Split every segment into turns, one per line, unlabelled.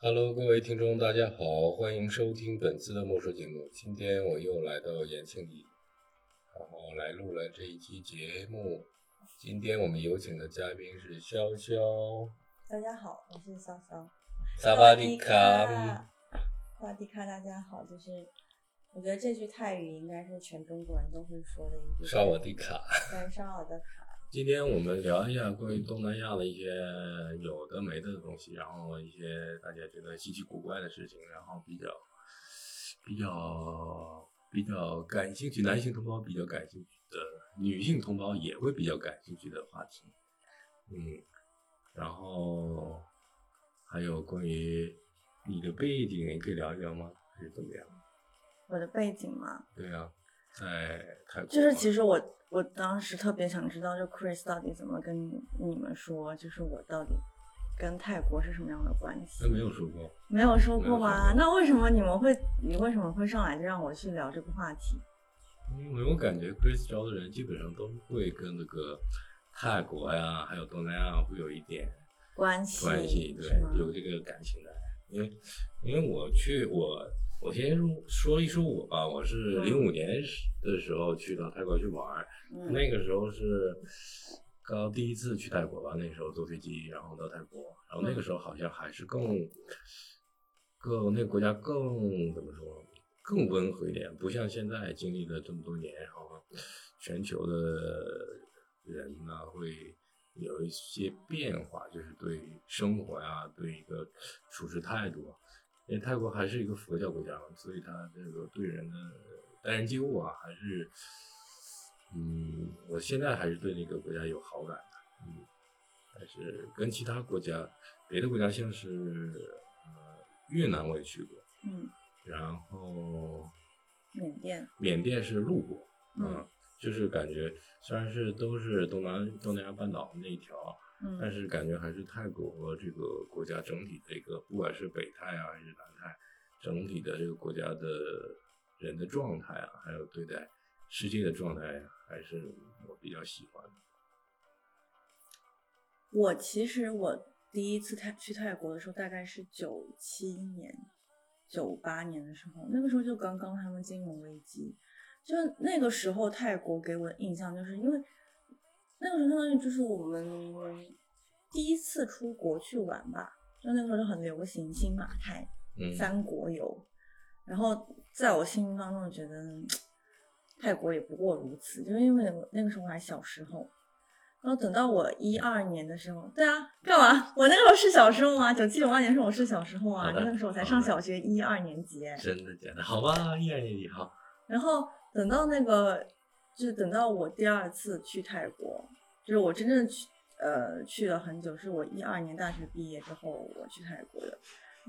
Hello，各位听众，大家好，欢迎收听本次的墨水节目。今天我又来到延庆里，然后来录了这一期节目。今天我们有请的嘉宾是潇潇，
大家好，我是潇潇。
萨瓦迪卡。
萨瓦迪卡，大家好，就是我觉得这句泰语应该是全中国人都会说的一句。
萨瓦迪卡。
对，萨瓦迪卡。
今天我们聊一下关于东南亚的一些有的没的东西，然后一些大家觉得稀奇古怪的事情，然后比较比较比较感兴趣，男性同胞比较感兴趣的，女性同胞也会比较感兴趣的话题。嗯，然后还有关于你的背景，你可以聊一聊吗？还是怎么样？
我的背景嘛，
对啊，在泰国
就是其实我我当时特别想知道，就 Chris 到底怎么跟你们说，就是我到底跟泰国是什么样的关系
哎？没有说过。
没有说过
没有
吗？
说过
那为什么你们会，你为什么会上来就让我去聊这个话题？
因为我感觉 Chris 招的人基本上都会跟那个泰国呀，还有东南亚会有一点
关系
关系，
是
对
吗？，
有这个感情在。因为因为我去我我先说说一说我吧，我是
嗯
零五年的时候去到泰国去玩儿，
嗯
那个时候是刚第一次去泰国吧，那时候坐飞机然后到泰国，然后那个时候好像还是更更那个国家更怎么说更温和一点，不像现在经历了这么多年，然后全球的人呢会。有一些变化，就是对生活呀、对一个处事态度啊，因为泰国还是一个佛教国家嘛，所以它这个对人的待人接物啊，还是，嗯，我现在还是对那个国家有好感的，嗯，但是跟其他国家，别的国家像是呃越南我也去过，
嗯，
然后
缅甸，
缅甸是路过，
嗯
嗯，就是感觉虽然是都是东南东南亚半岛那一条，
嗯，
但是感觉还是泰国这个国家整体的一个，不管是北泰啊还是南泰，整体的这个国家的人的状态啊，还有对待世界的状态，还是我比较喜欢的。
我其实我第一次泰去泰国的时候，大概是九七年、九八年的时候，那个时候就刚刚他们金融危机，就那个时候泰国给我的印象就是因为那个时候相当于就是我们第一次出国去玩吧，就那个时候就很流行新马泰，
嗯，
三国游，然后在我心目当中觉得嗯泰国也不过如此，就是因为我那个时候我还小时候，然后等到我一二年的时候，对啊，干嘛？我那个时候是小时候啊，九七九八年的时候我是小时候啊，
好的
那个时候我才上小学一二年级哎，
真的假的？好吧， 依然你好。
然后等到那个，就是等到我第二次去泰国，就是我真正去，呃，去了很久，是我一二年大学毕业之后我去泰国的。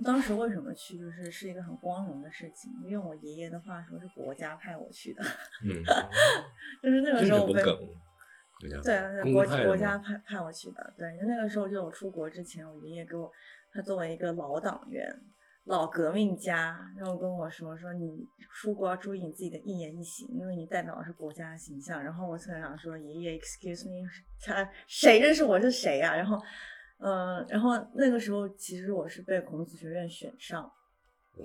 当时为什么去，就是是一个很光荣的事情，因为我爷爷的话说是国家派我去的，
嗯，
就是那
这
个时
是
候我
个
被
梗。对呀，
对对，
公
国
派的
国
嘛
家派派我去的。对，那个时候就我出国之前，我爷爷给我，他作为一个老党员、老革命家，然后跟我说说你出国要注意你自己的一言一行，因为你代表的是国家的形象。然后我突然想说，爷爷，excuse me，他谁认识我是谁呀、然后，嗯、然后那个时候其实我是被孔子学院选上，
哦，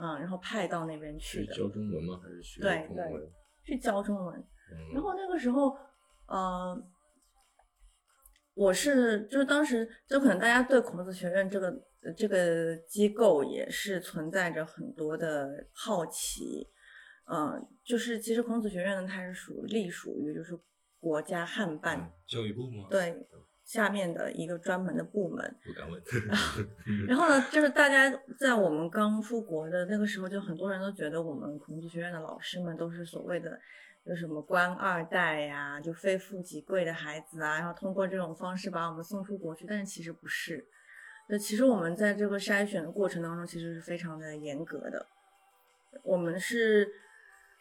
嗯，然后派到那边去
是
的，
教中文吗？还是学
对
中
对
文？
去教中文。
嗯
然后那个时候，呃，我是就是当时就可能大家对孔子学院这个呃这个机构也是存在着很多的好奇，呃，就是其实孔子学院呢，它是属于隶属于就是国家汉办
嗯教育部吗？，
对下面的一个专门的部门，
不敢问。
然后呢，就是大家在我们刚出国的那个时候，就很多人都觉得我们孔子学院的老师们都是所谓的，就什么官二代呀、就非富即贵的孩子啊，然后通过这种方式把我们送出国去，但是其实不是。就其实我们在这个筛选的过程当中，其实是非常的严格的。我们是，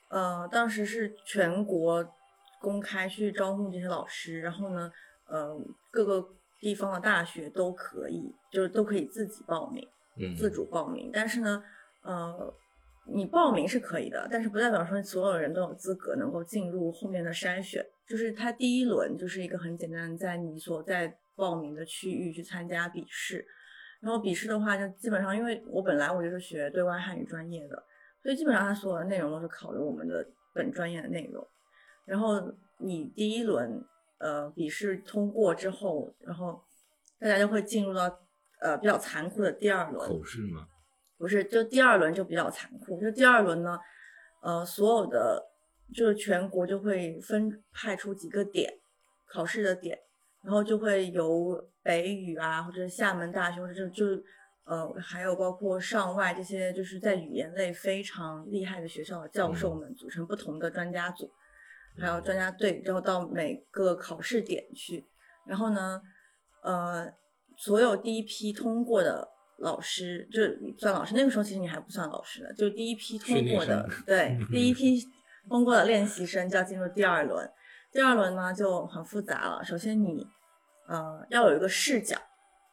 呃，当时是全国公开去招募这些老师，然后呢，呃，各个地方的大学都可以，就是都可以自己报名，
嗯，
自主报名。但是呢，呃，你报名是可以的，但是不代表说所有人都有资格能够进入后面的筛选。就是它第一轮就是一个很简单，在你所在报名的区域去参加笔试，然后笔试的话，就基本上因为我本来我就是学对外汉语专业的，所以基本上它所有的内容都是考的我们的本专业的内容。然后你第一轮呃笔试通过之后，然后大家就会进入到呃比较残酷的第二轮。
口试吗？
不是，就第二轮就比较残酷。就第二轮呢，呃，所有的就是全国就会分派出几个点，考试的点，然后就会由北语啊，或者厦门大学，或者就就呃，还有包括上外这些，就是在语言类非常厉害的学校的教授们组成不同的专家组，还有专家队，之后到每个考试点去。然后呢，呃，所有第一批通过的老师，就是算老师，那个时候其实你还不算老师呢，就第一批通过的
训，
对，第一批通过的练习生就要进入第二轮。第二轮呢就很复杂了，首先你呃要有一个视角，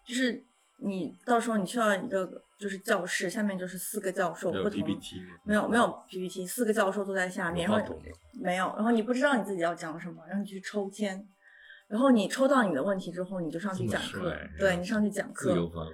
就是你到时候你去到一个就是教室，下面就是四个教授
没
不
有
同。
PPT 吗？
没有没有 PPT，四个教授坐在下面，
有
然
话
后
筒吗？
没有，然后你不知道你自己要讲什么，然后你去抽签，然后你抽到你的问题之后，你就上去
这么
讲课
帅，
对你上去讲课，
哎自由发挥，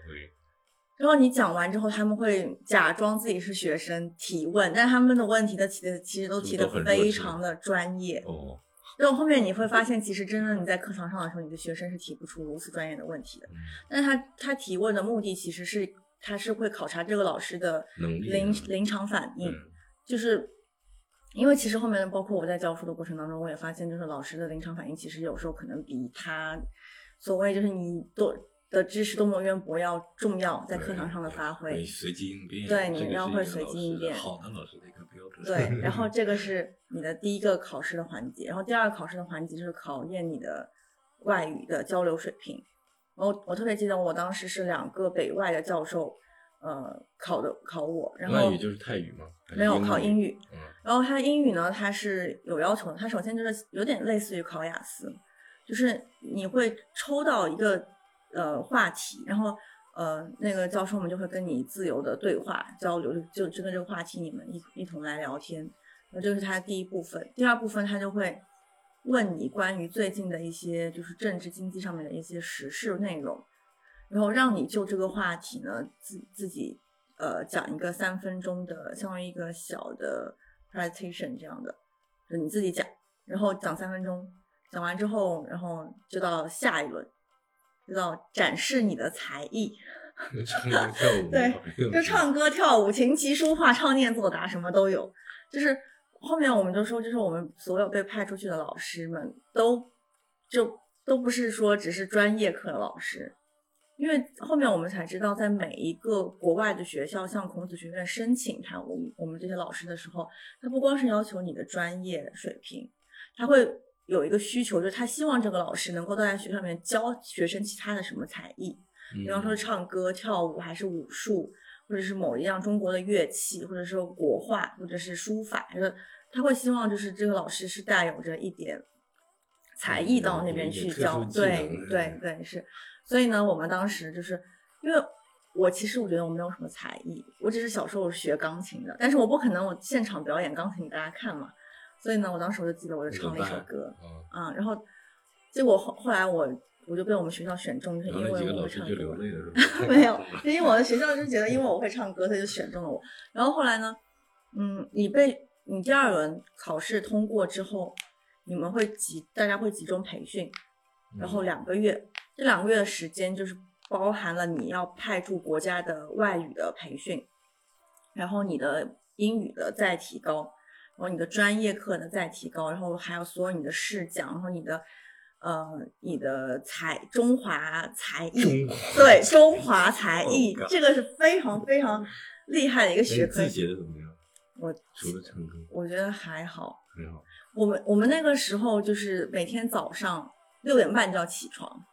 然后你讲完之后，他们会假装自己是学生提问，但他们的问题的提的其实都提的
都很弱智
非常的专业。
哦，
然后后面你会发现，其实真正你在课堂上的时候，你的学生是提不出如此专业的问题的。
嗯
但是他他提问的目的其实是他是会考察这个老师的
能力
临
啊
临场反应，
嗯
就是因为其实后面包括我在教书的过程当中，我也发现，就是老师的临场反应其实有时候可能比他所谓就是你多的知识多么渊博要重要，在课堂上的发
对
挥
你。随机应变，
对你
这个
要
是一
会
个
随
老
机
师
应
的
变
好的老师的一个标准。
对，然后这个是你的第一个考试的环节，然后第二个考试的环节就是考验你的外语的交流水平。然后我特别记得我当时是两个北外的教授，呃，考的考我，然后
外语就是泰语吗？还是
没有考英
语，
语，
嗯，
然后他英语呢，它是有要求的。它首先就是有点类似于考雅思，就是你会抽到一个呃话题，然后呃那个教授们就会跟你自由的对话交流，就就针对这个话题你们一一同来聊天。那这是他第一部分，第二部分他就会问你关于最近的一些就是政治经济上面的一些时事内容，然后让你就这个话题呢自自己呃讲一个三分钟的，相当于一个小的 presentation 这样的，就你自己讲，然后讲三分钟，讲完之后，然后就到下一轮，就到展示你的才艺，
唱歌跳舞，
对
对
就唱歌、跳舞、琴棋书画、唱念做打，什么都有。就是后面我们就说，就是我们所有被派出去的老师们都就都不是说只是专业课的老师，因为后面我们才知道，在每一个国外的学校向孔子学院申请他我们我们这些老师的时候，他不光是要求你的专业水平，他会。有一个需求，就是他希望这个老师能够在学校里面教学生其他的什么才艺，比方说
嗯
唱歌、跳舞，还是武术，或者是某一样中国的乐器，或者是国画，或者是书法，就是他会希望就是这个老师是带有着一点才艺到那边去
嗯
教，
有一点特殊技
对
能
对对是。所以呢，我们当时就是因为我其实我觉得我没有什么才艺，我只是小时候我是学钢琴的，但是我不可能我现场表演钢琴给大家看嘛，所以呢，我当时我就记得我就
那
唱了
怎
一
么
首
办
歌，
嗯
啊，然后结果后后来我我就被我们学校选中，就是
然
因
后
为
那几
我
个
会
老师
唱
就流
歌。
泪了，是吧
没有，就因为我的学校就觉得因为我会唱歌，所以就选中了我。然后后来呢，嗯，你被你第二轮考试通过之后，你们会集大家会集中培训，然
嗯
后两个月，这两个月的时间就是包含了你要派驻国家的外语的培训，然后你的英语的再提高，然后你的专业课的再提高，然后还有所有你的试讲，然后你的呃你的才中华才艺，
中华
对中华才艺
Oh God
这个是非常非常厉害的一个
那你
学科
字。写的怎么样？
我
除了唱歌，
我觉得还好，
很好，
我们我们那个时候就是每天早上六点半就要起床。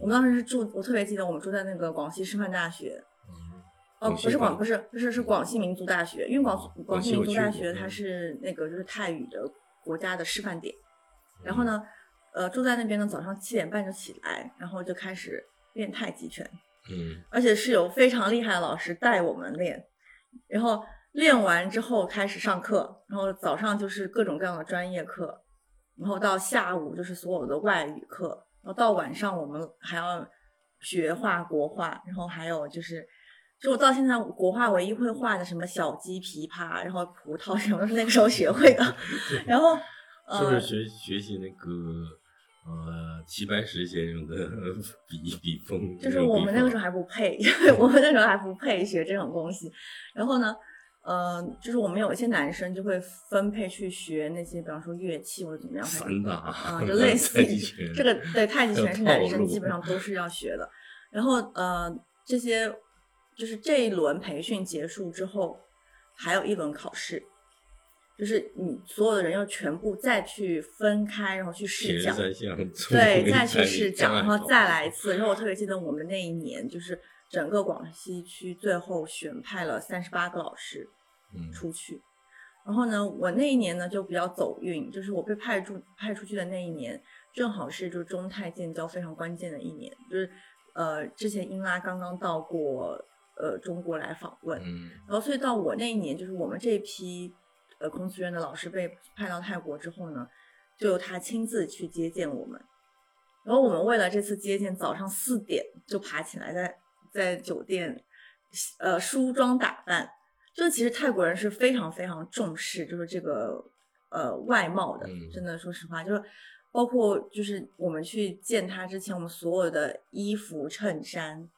我们当时是住，我特别记得我们住在那个广西师范大学，
嗯，
哦，
广西
不是广，
吧
不是不是是广西民族大学，因为广
哦
广
广
西
西
民
我
族
去
大
过
学它
嗯
是那个就是泰语的国家的示范点。然
嗯
后呢，呃，住在那边呢，早上七点半就起来，然后就开始练太极拳。
嗯，
而且是有非常厉害的老师带我们练，然后练完之后开始上课，然后早上就是各种各样的专业课，然后到下午就是所有的外语课，然后到晚上我们还要学画国画，然后还有就是，就我到现在国画唯一会画的什么小鸡、琵琶，然后葡萄什么都是那个时候学会的， 然后呃
是不是学学习那个呃齐白石先生的笔笔锋？
就是我们那个时候
还
还不 配，我们那时候还不配学这种东西。然后呢，呃，就是我们有一些男生就会分配去学那些，比方说乐器或者怎么样，反正
散打
啊、 就类似
太
于
极拳
这个对太极
还有
拳
套
是男生
路
基本上都是要学的。然后呃，这些就是这一轮培训结束之后，还有一轮考试。就是你所有的人要全部再去分开，然后去
铁
试
人
讲，
三项，综
对，
合
再去
耐力
试
障
讲，然
碍
后
跑
再来一次。然后我特别记得我们那一年，就是整个广西区最后选派了三十八个老师
嗯
出去。然后呢，我那一年呢就比较走运，就是我被派出派出去的那一年，正好是就是中泰建交非常关键的一年，就是呃之前英拉刚刚到过呃中国来访问，
嗯
然后所以到我那一年，就是我们这一批呃孔子院的老师被派到泰国之后呢，就由他亲自去接见我们。然后我们为了这次接见，早上四点就爬起来在，在酒店，呃，梳妆打扮。就其实泰国人是非常非常重视，就是这个呃外貌的。
嗯
真的，说实话，就是包括就是我们去见他之前，我们所有的衣服、衬衫，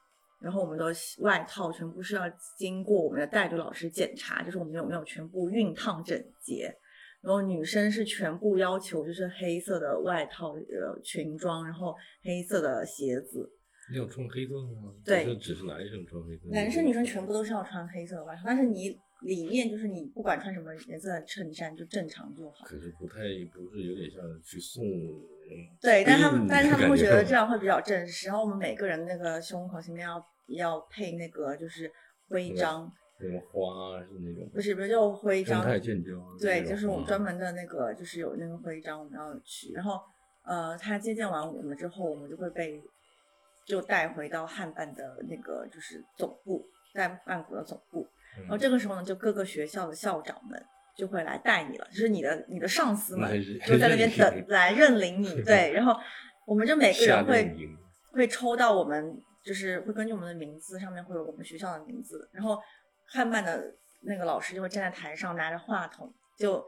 然后我们的外套全部是要经过我们的带队老师检查，就是我们有没有全部熨烫整洁。然后女生是全部要求就是黑色的外套、呃裙装，然后黑色的鞋子。
你有穿黑色的吗？
对
就是只是男生穿黑色，
男生女生全部都是要穿黑色的外套，但是你里面就是你不管穿什么颜色的衬衫就正常就好。
可是不太不是有点像去送
对，但他
嗯
们但是他们
感
会觉得
到
这样会比较正式。然后我们每个人那个胸口前面要要配那个就是徽
嗯
章，
什么花啊是那种
不是不是就徽
生
章，
态建交，
对，
那种
就是我们
嗯
专门的那个，就是有那个徽章，我们要去。然后，呃，他接见完我们之后，我们就会被就带回到汉办的那个就是总部，在曼谷的总部。
嗯
然后这个时候呢，就各个学校的校长们就会来带你了，就是你的你的上司们
来认
就在那边
认领
等来认领你。对，然后我们就每个
夏
人会
令营
会抽到我们，就是会根据我们的名字上面会有我们学校的名字，然后汉办的那个老师就会站在台上拿着话筒，就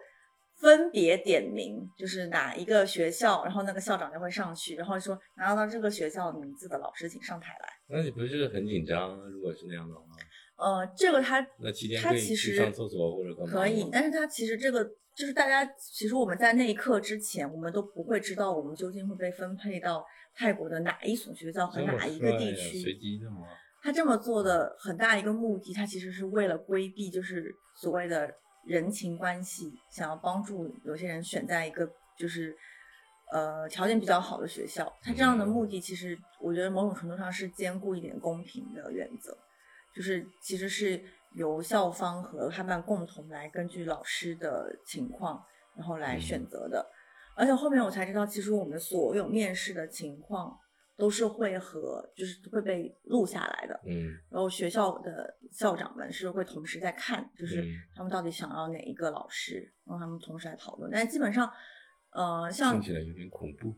分别点名，就是哪一个学校，然后那个校长就会上去，然后说拿到这个学校名字的老师请上台来。
那你不是很紧张？啊如果是那样的话，
呃，这个他
那期间
他
可以
其
去
实
上厕所或者干嘛
可以
吗，
但是他其实这个就是大家其实我们在那一刻之前，我们都不会知道我们究竟会被分配到泰国的哪一所学校和
这么
哪一个
帅
地
哎呀
区。
随机的嗯吗？
他这么做的很大一个目的，他其实是为了规避就是所谓的人情关系，想要帮助有些人选在一个就是呃条件比较好的学校。他这样的
嗯
目的，其实我觉得某种程度上是兼顾一点公平的原则，就是其实是由校方和汉办共同来根据老师的情况，然后来
嗯
选择的。而且后面我才知道，其实我们所有面试的情况都是会和就是会被录下来的，
嗯，
然后学校的校长们是会同时在看，就是
嗯
他们到底想要哪一个老师，然后他们同时来讨论。但是基本上，呃，像
听起来有点恐怖。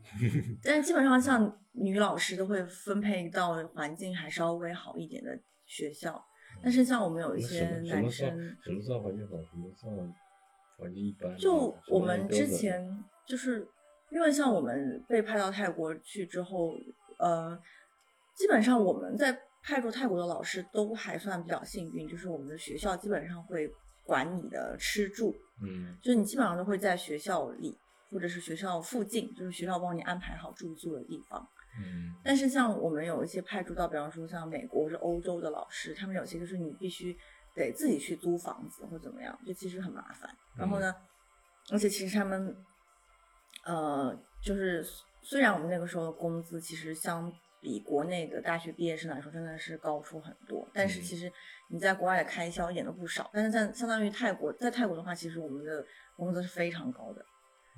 但是基本上像女老师都会分配到环境还稍微好一点的学校，但是像我们有一
那
些
什么什
男
么算
生，
什么算环境好，什么算环境一般呢？啊
就
什
我
么
们
标
之
准呢
前就是因为像我们被派到泰国去之后，呃，基本上我们在派驻泰国的老师都还算比较幸运，就是我们的学校基本上会管你的吃住，
嗯
就是你基本上都会在学校里或者是学校附近，就是学校帮你安排好住宿的地方。
嗯，
但是像我们有一些派驻到，比方说像美国或者欧洲的老师，他们有些就是你必须得自己去租房子或怎么样，就其实很麻烦。然后呢，而且其实他们，呃，就是虽然我们那个时候的工资其实相比国内的大学毕业生来说真的是高出很多，但是
嗯
其实你在国外的开销一点都不少。但是在相当于泰国，在泰国的话，其实我们的工资是非常高的。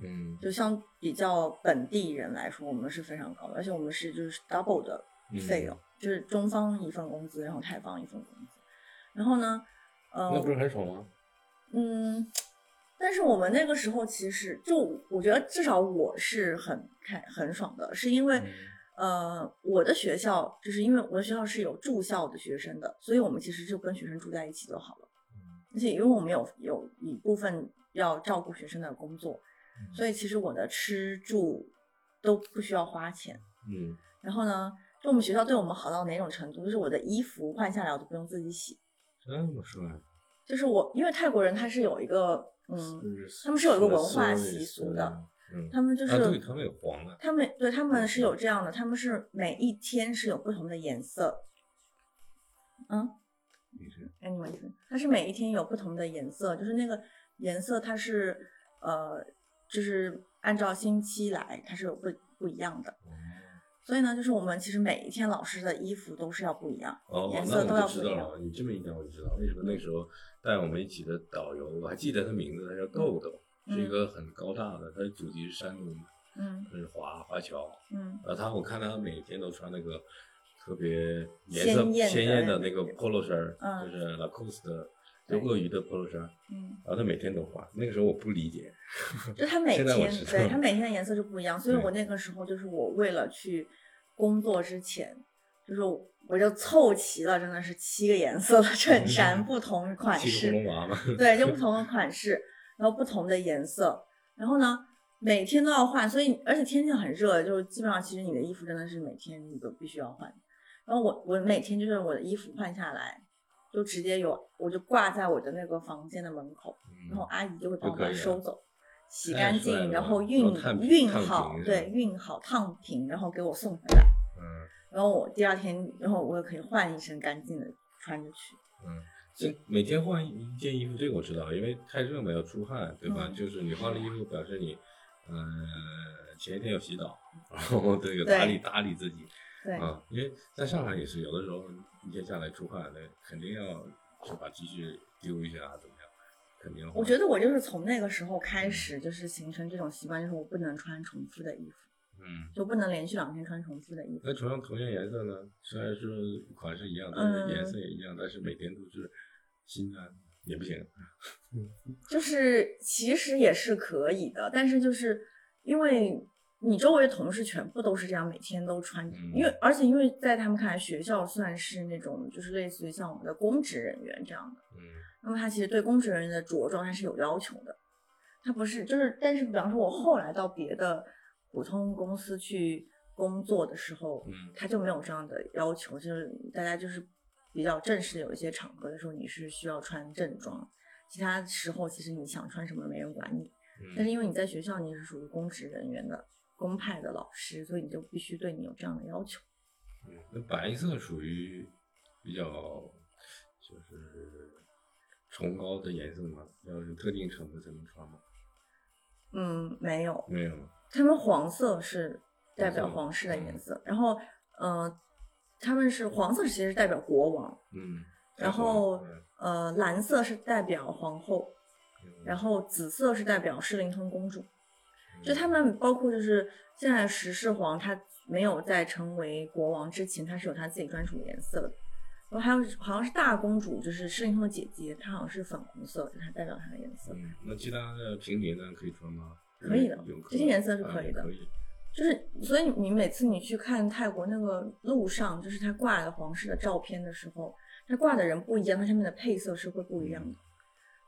嗯，
就相比较本地人来说，我们是非常高的，而且我们是就是 double 的
嗯
费用，就是中方一份工资，然后泰方一份工资。然后呢，
那
呃
不，是很爽吗？
嗯，但是我们那个时候其实就我觉得至少我是很开很爽的，是因为、
嗯
呃，我的学校就是因为我的学校是有住校的学生的，所以我们其实就跟学生住在一起就好了。
嗯
而且因为我们有有一部分要照顾学生的工作，所以其实我的吃住都不需要花钱。
嗯
然后呢，就我们学校对我们好到哪种程度，就是我的衣服换下来我都不用自己洗，
这么帅，
就是我因为泰国人他是有一个嗯，
就是
他们是有一个文化习俗的，
嗯，
他们就是、
啊，对他们有黄的，
他们对他们是有这样的，他们是每一天是有不同的颜色。哎嗯
你是
，anyway，它是每一天有不同的颜色，就是那个颜色它是呃，就是按照星期来，它是有不不一样的。所以呢，就是我们其实每一天老师的衣服都是要不一样。
哦，
颜
那
色都
我
要
就知
不一
道
样
了。你这么一讲，我就知道为什么那时候带我们一起的导游，我还记得他名字，他叫豆豆，
嗯
是一个很高大的，他祖籍是山东的，
嗯
他是华华侨。
嗯，
然后他我看他每天都穿那个特别颜色
鲜艳的
鲜艳的那个 polo 衫儿，
嗯
就是 Lacoste 的
对
就鳄鱼的 polo 衫儿。
嗯，
然后他每天都换，那个时候我不理解。
就它每
现
天
在我知 嗯道
对它每天的颜色就不一样，所以
对
我那个时候就是我为了去工作之前，就是我就凑齐了真的是七个颜色的衬衫，不同款
嗯七个
式，
红龙娃 嘛，
对，就不同的款式，然后不同的颜色，然后呢每天都要换，所以而且天气很热，就是基本上其实你的衣服真的是每天你都必须要换。然后我我每天就是我的衣服换下来，就直接有我就挂在我的那个房间的门口。然后
嗯
阿姨就会帮
就
我
可
把它
以了
收走，洗
太
干
帅了
净，然后熨
然后烫平
熨
烫
好
平，是吧
对，熨好烫平，然后给我送回来，
嗯
然后我第二天，然后我也可以换一身干净的穿着去。
嗯，这每天换一件衣服，这个我知道，因为太热嘛要出汗，对吧？
嗯
就是你换了衣服，表示你，呃，前一天要洗澡，然后这个打理打理自己
嗯对，
啊，因为在上海也是，有的时候一天下来出汗，那肯定要是把 T 恤丢一下，怎么样？肯定要换。
我觉得我就是从那个时候开始，就是形成这种习惯，就是我不能穿重复的衣服，
嗯，
就不能连续两天穿重复的衣服。
那同样同样颜色呢，虽然说款式一样，但
嗯
是颜色也一样，但是每天都是新的也不行。
就是其实也是可以的，但是就是因为你周围的同事全部都是这样，每天都穿，
嗯
因为而且因为在他们看来，学校算是那种就是类似于像我们的公职人员这样的，
嗯
那么他其实对公职人员的着装他是有要求的，他不是就是，但是比方说我后来到别的普通公司去工作的时候，
嗯
他就没有这样的要求，就是大家就是比较正式的有一些场合的时候，你是需要穿正装，其他时候其实你想穿什么没人管你。但是
嗯
因为你在学校你是属于公职人员的公派的老师，所以你就必须对你有这样的要求。
嗯，那白色属于比较就是崇高的颜色吗？要有特定场合才能穿吗？
嗯，没有，
没有，
他们黄色是代表
黄色
皇室的颜
嗯
色，然后呃，他们是黄色其实是代表国王，
嗯。
然后
嗯
呃蓝色是代表皇后，
嗯
然后紫色是代表适龄通公主。
嗯
就他们包括就是现在十世皇他没有在成为国王之前，他是有他自己专属的颜色的。然后还有好像是大公主，就是施令通的姐姐，她好像是粉红色，就是她代表她的颜色，
嗯，那其他的平民呢可以穿吗？
可以的
游客
这些颜色是
啊
可以
也
的
可以，
就是所以你每次你去看泰国那个路上，就是他挂的皇室的照片的时候，他挂的人不一样，它下面的配色是会不一样的。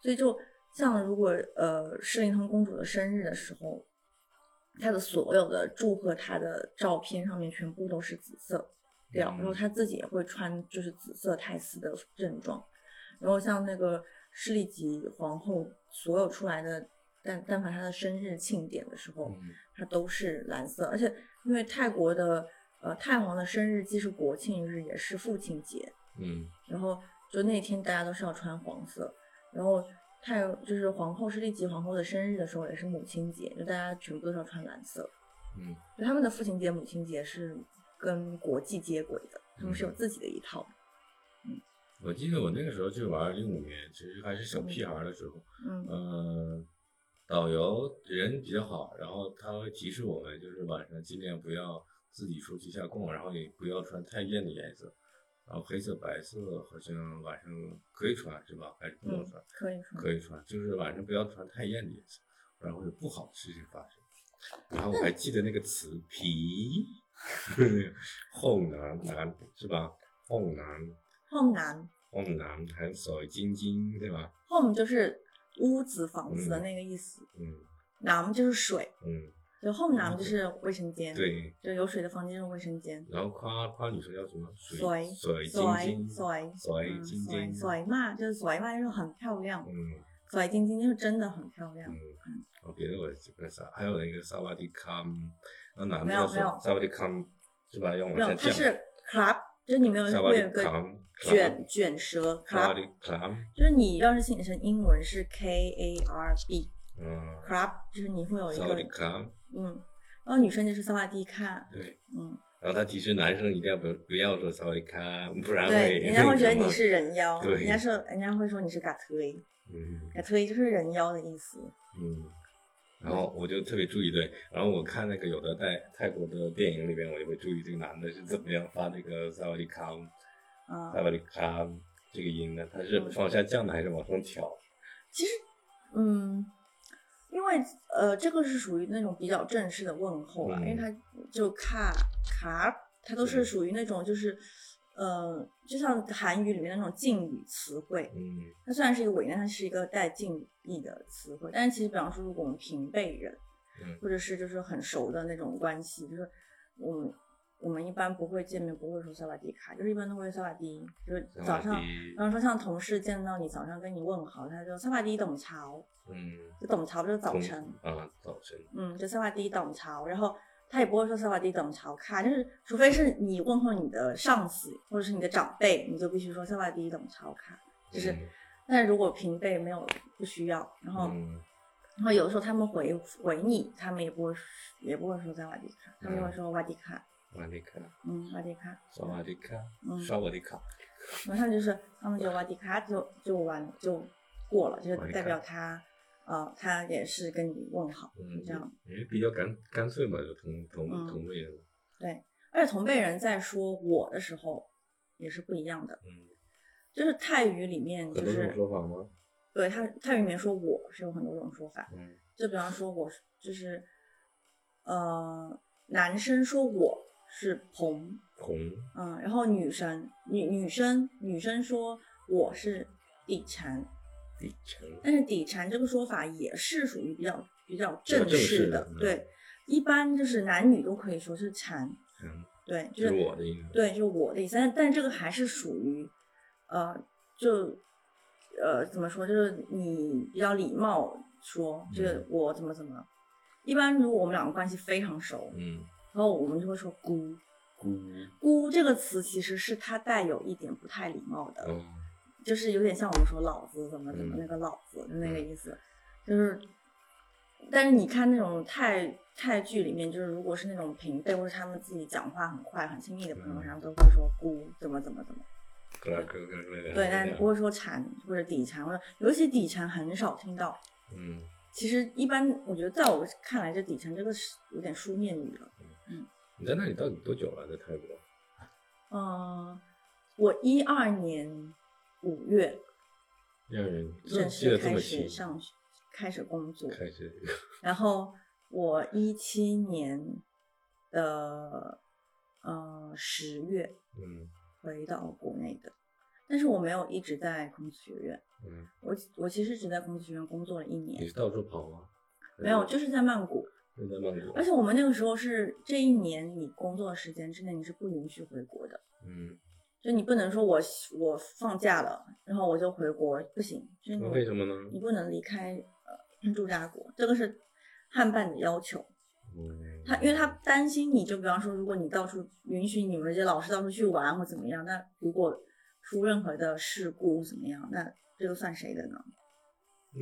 所以就像如果呃施令通公主的生日的时候，她的所有的祝贺她的照片上面全部都是紫色调，
嗯
然后她自己也会穿就是紫色泰丝的正装，然后像那个施丽吉皇后所有出来的，但但凡她的生日庆典的时候，
嗯
它都是蓝色，而且因为泰国的呃泰皇的生日既是国庆日也是父亲节，
嗯
然后就那天大家都是要穿黄色，然后泰就是皇后是立吉皇后的生日的时候也是母亲节，就大家全部都是要穿蓝色，
嗯
就他们的父亲节、母亲节是跟国际接轨的，他们是有自己的一套，
我记得我那个时候去玩，零五年，其实还是小屁孩儿的时候，
嗯
嗯，导游人比较好，然后他会提示我们，就是晚上尽量不要自己出去下逛，然后也不要穿太艳的颜色，然后黑色、白色好像晚上可以穿是吧？还是不能
嗯
穿？，
可以穿。
可以穿，就是晚上不要穿太艳的颜色，不然会有不好的事情发生。然后我还记得那个词皮，后南南是吧？后南
home 男
后南还手晶晶对吧？
home 就是屋子、房子的那个意思，
嗯
南就是水，
嗯，
就 home 男就是卫生间，，
对。
就有水的房间是卫生间，
然后夸夸女生叫什
嗯
么？水
水
水晶晶
水水
水
嗯
晶
水
晶，
水嘛，就是水嘛，就是很漂亮，
嗯
水晶晶就是真的很漂亮
嗯。，我别的我记不得啥，还有那个萨瓦迪卡，那男
没
的
有
叫
没有
萨瓦迪卡是吧？要往
没有，
下
它
降。
是 club，就是你没有
萨
会
瓦
有
迪
一个
卡，
卷卷舌
萨瓦
club，
迪卡，
就是你要是写成英文是 K A R B
嗯，
club，就是你会有一
萨瓦迪
个
卡，
嗯，然后女生就是萨瓦迪卡，
对。
嗯，
然后他提示男生一定要不不要说萨瓦迪卡，不啊然
对，
会
人家会觉得 你，
那个什
是人妖，
对
人家说人家会说你是嘎特伊，
么嗯
嘎特伊就是人妖的意思，
嗯。然后我就特别注意对，然后我看那个有的在泰国的电影里边，我就会注意这个男的是怎么样发这个萨瓦迪卡，
啊、
萨瓦迪卡这个音的，他是往下降的还是往上挑？
嗯，因为呃，这个是属于那种比较正式的问候啦，
嗯
因为它就卡卡，它都是
对
属于那种就是，呃，就像韩语里面那种敬语词汇，
嗯
它虽然是一个伪音，但它是一个带敬意的词汇。但是其实，比方说，如果我们平辈人，
嗯
或者是就是很熟的那种关系，就是我们我们一般不会见面，不会说萨瓦迪卡，就是一般都会萨瓦迪，就是
萨
早
瓦
上。
迪
比方说，像同事见到你早上跟你问好，他就萨瓦迪董潮，
嗯，
就董潮就是早
从
晨，
啊，早晨，
嗯，就萨瓦迪董潮，然后他也不会说萨瓦迪董潮卡，就是除非是你问候你的上司或者是你的长辈，你就必须说萨瓦迪董潮卡，就是
嗯
但如果平辈没有不需要，然后、
嗯
然后有的时候他们回回你，他们也不会也不会说在瓦迪卡，他
嗯
们就会说瓦迪卡，
瓦迪卡，
嗯，瓦迪卡，
萨瓦迪卡，
嗯，
刷我的卡，
然后他们就是他们就瓦迪卡就就完就过了，就是
瓦迪卡
代表他呃他也是跟你问好
嗯，
这样，
也比较干干脆嘛，就同
嗯
同同辈人，
对，而且同辈人在说我的时候也是不一样的，
嗯，
就是泰语里面
很
就
多种
是
说法吗？
对他泰语里面说我是有很多种说法，
嗯
就比方说我是就是，呃，男生说我是鹏，
红，
嗯，然后女生女女生女生说我是底禅，
底层，
但是底禅这个说法也是属于比较比较
比较
正
正
式
式
的，
的嗯
对，一般就是男女都可以说是禅，
嗯，
对，就
这是
是
我的意思，
对，就是我的意思，但但这个还是属于，呃，就，呃，怎么说，就是你比较礼貌说，就是
嗯
我怎么怎么。一般如果我们两个关系非常熟，
嗯，
然后我们就会说“姑
姑，”。
姑这个词其实是它带有一点不太礼貌的，
哦，
就是有点像我们说“老子”怎么怎么
嗯
那个“老子”的那个意思，就是。但是你看那种泰泰剧里面，就是如果是那种平辈或者他们自己讲话很快、很亲密的朋友，
嗯
他们都会说“姑”怎么怎么怎么。
格拉格格格格，
对，但是不会说禅或者底禅，或者尤其底禅很少听到。
嗯，
其实一般，我觉得在我看来，这底禅这个是有点书面语了。
你在那里到底多久了？在泰国？
嗯，我一二年五月
让人
正
记得这
式开
么
始
清，
上学，开始工作，
开始，
然后我一七年的呃十月
嗯
回到国内的，但是我没有一直在孔子学院，
嗯，
我我其实只在孔子学院工作了一
你
年，
是到处跑吗？
没有，就是在曼谷。
就在曼谷，
而且我们那个时候是这一年你工作的时间之内你是不允许回国的，
嗯，
就你不能说我我放假了，然后我就回国，不行，就是
那嗯
你
为什么呢？
你不能离开呃驻扎国，这个是汉办的要求。
嗯
他因为他担心你就比方说，如果你到处允许你们这些老师到处去玩或怎么样，那如果出任何的事故怎么样，那这个算谁的呢？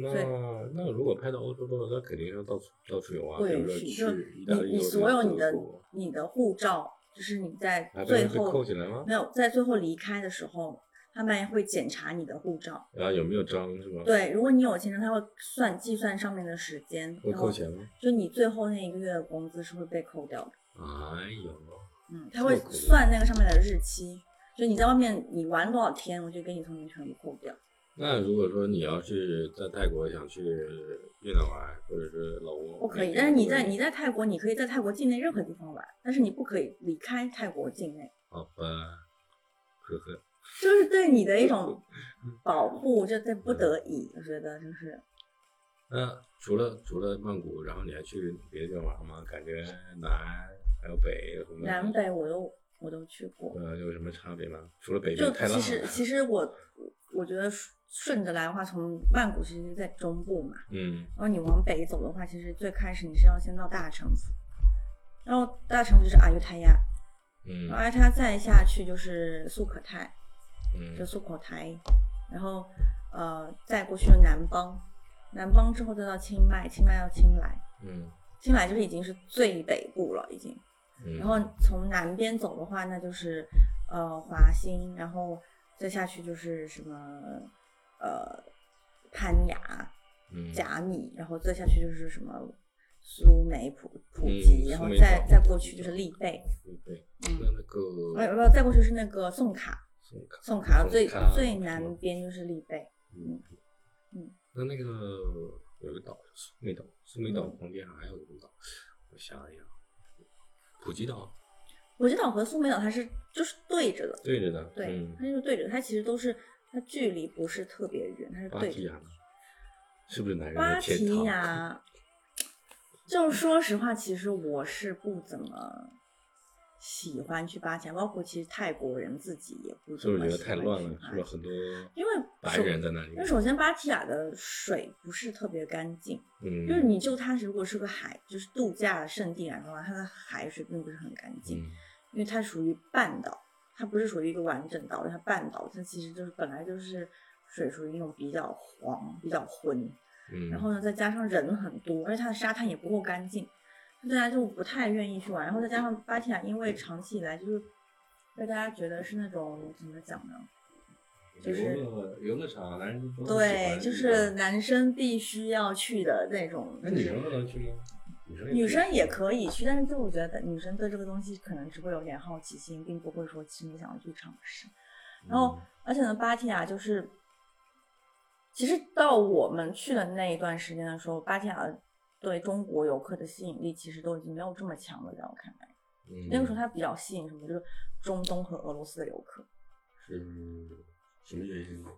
那
所以
那如果拍到欧洲的话，那肯定要到处到处游啊，
不
比
允
如说
许，
去
就是
意大利
你你
或者
所有你的
德国
你的护照，就是你在
啊，
最
被
后
扣起来吗
没？有，在最后离开的时候，他们会检查你的护照。
然后有没有章是吧？，
对，如果你有签证，他会算计算上面的时间，
会
然后
扣钱吗？
就你最后那一个月的工资是会被扣掉的。
哎呦，
嗯，
这
他
么
会
恐怖
算那个上面的日期，就你在外面你玩多少天，我就给你从里面全部扣掉。
那如果说你要是在泰国想去越南玩，或者是老挝，
不可以。
那
但是你在
不会
你在泰国，你可以在泰国境内任何地方玩，但是你不可以离开泰国境内，
好吧，呵呵，
就是对你的一种保护，就对不得已，我觉得就是
那除了除了曼谷，然后你还去别的地方玩吗？感觉南还有北有什么？
南北我都我都去过，
呃有什么差别吗？除了北
就
边太浪
其
了，
实其实我我觉得顺顺着来的话，从曼谷其实在中部嘛，
嗯
然后你往北走的话，其实最开始你是要先到大城府，然后大城府就是阿尤泰亚，
嗯
然后阿尤泰亚再下去就是素可泰，就
嗯
素可泰，然后呃再过去就南邦，南邦之后再到清迈，清迈到清莱，
嗯
清莱就是已经是最北部了已经。
嗯，
然后从南边走的话，那就是呃华欣，然后再下去就是什么呃攀牙、
嗯
甲米，然后再下去就是什么苏梅普普
嗯
吉，然
苏
后
梅
再
岛
再过去就是丽贝，
对对，那
嗯，
那个
呃不，再过去是那个宋卡，
宋卡
宋卡最
卡
最
是
南
吗
边就是丽贝，
嗯
嗯，
那那个有个岛叫苏梅岛，苏梅岛
嗯
旁边还有什么岛？我想一想，普吉岛
普吉岛和苏梅岛它是就是对着的，
对着呢，
对
嗯，
它，就是对着，它其实都是它距离不是特别远，它是
芭
对
提
着
雅。呢，是不是男人
芭
的天
提
堂？
雅，就说实话，其实我是不怎么喜欢去芭提雅，包括其实泰国人自己也不
是
怎
不是
么
觉得
喜
太
欢去
乱了？是
芭
不是
提
很多
因为
白
首
人在那里
因？为首先芭提雅的水不是特别干净，
嗯，
就是你就它如果是个海，就是度假胜地来说的话，它的海水并不是很干净，
嗯
因为它属于半岛，它不是属于一个完整岛，它半岛它其实就是本来就是水属于那种比较黄、比较浑，
嗯，
然后呢，再加上人很多，而且它的沙滩也不够干净，大家就不太愿意去玩。然后再加上芭提雅，因为长期以来就是被大家觉得是那种怎么讲呢？就是
游乐游乐场，男人都喜欢
对，
的
就
地
是
方
男生必须要去的那种。
那
就
女
是
生不能去吗？女生
女生也
以
可以去，但是就我觉得女生对这个东西可能只会有点好奇心，并不会说真的想要去尝试。然后而且呢，芭提雅就是，其实到我们去的那一段时间的时候，芭提雅对中国游客的吸引力其实都已经没有这么强了，在我看来，
嗯
那个时候它比较吸引什么，就是中东和俄罗斯的游客，
是什么原因呢？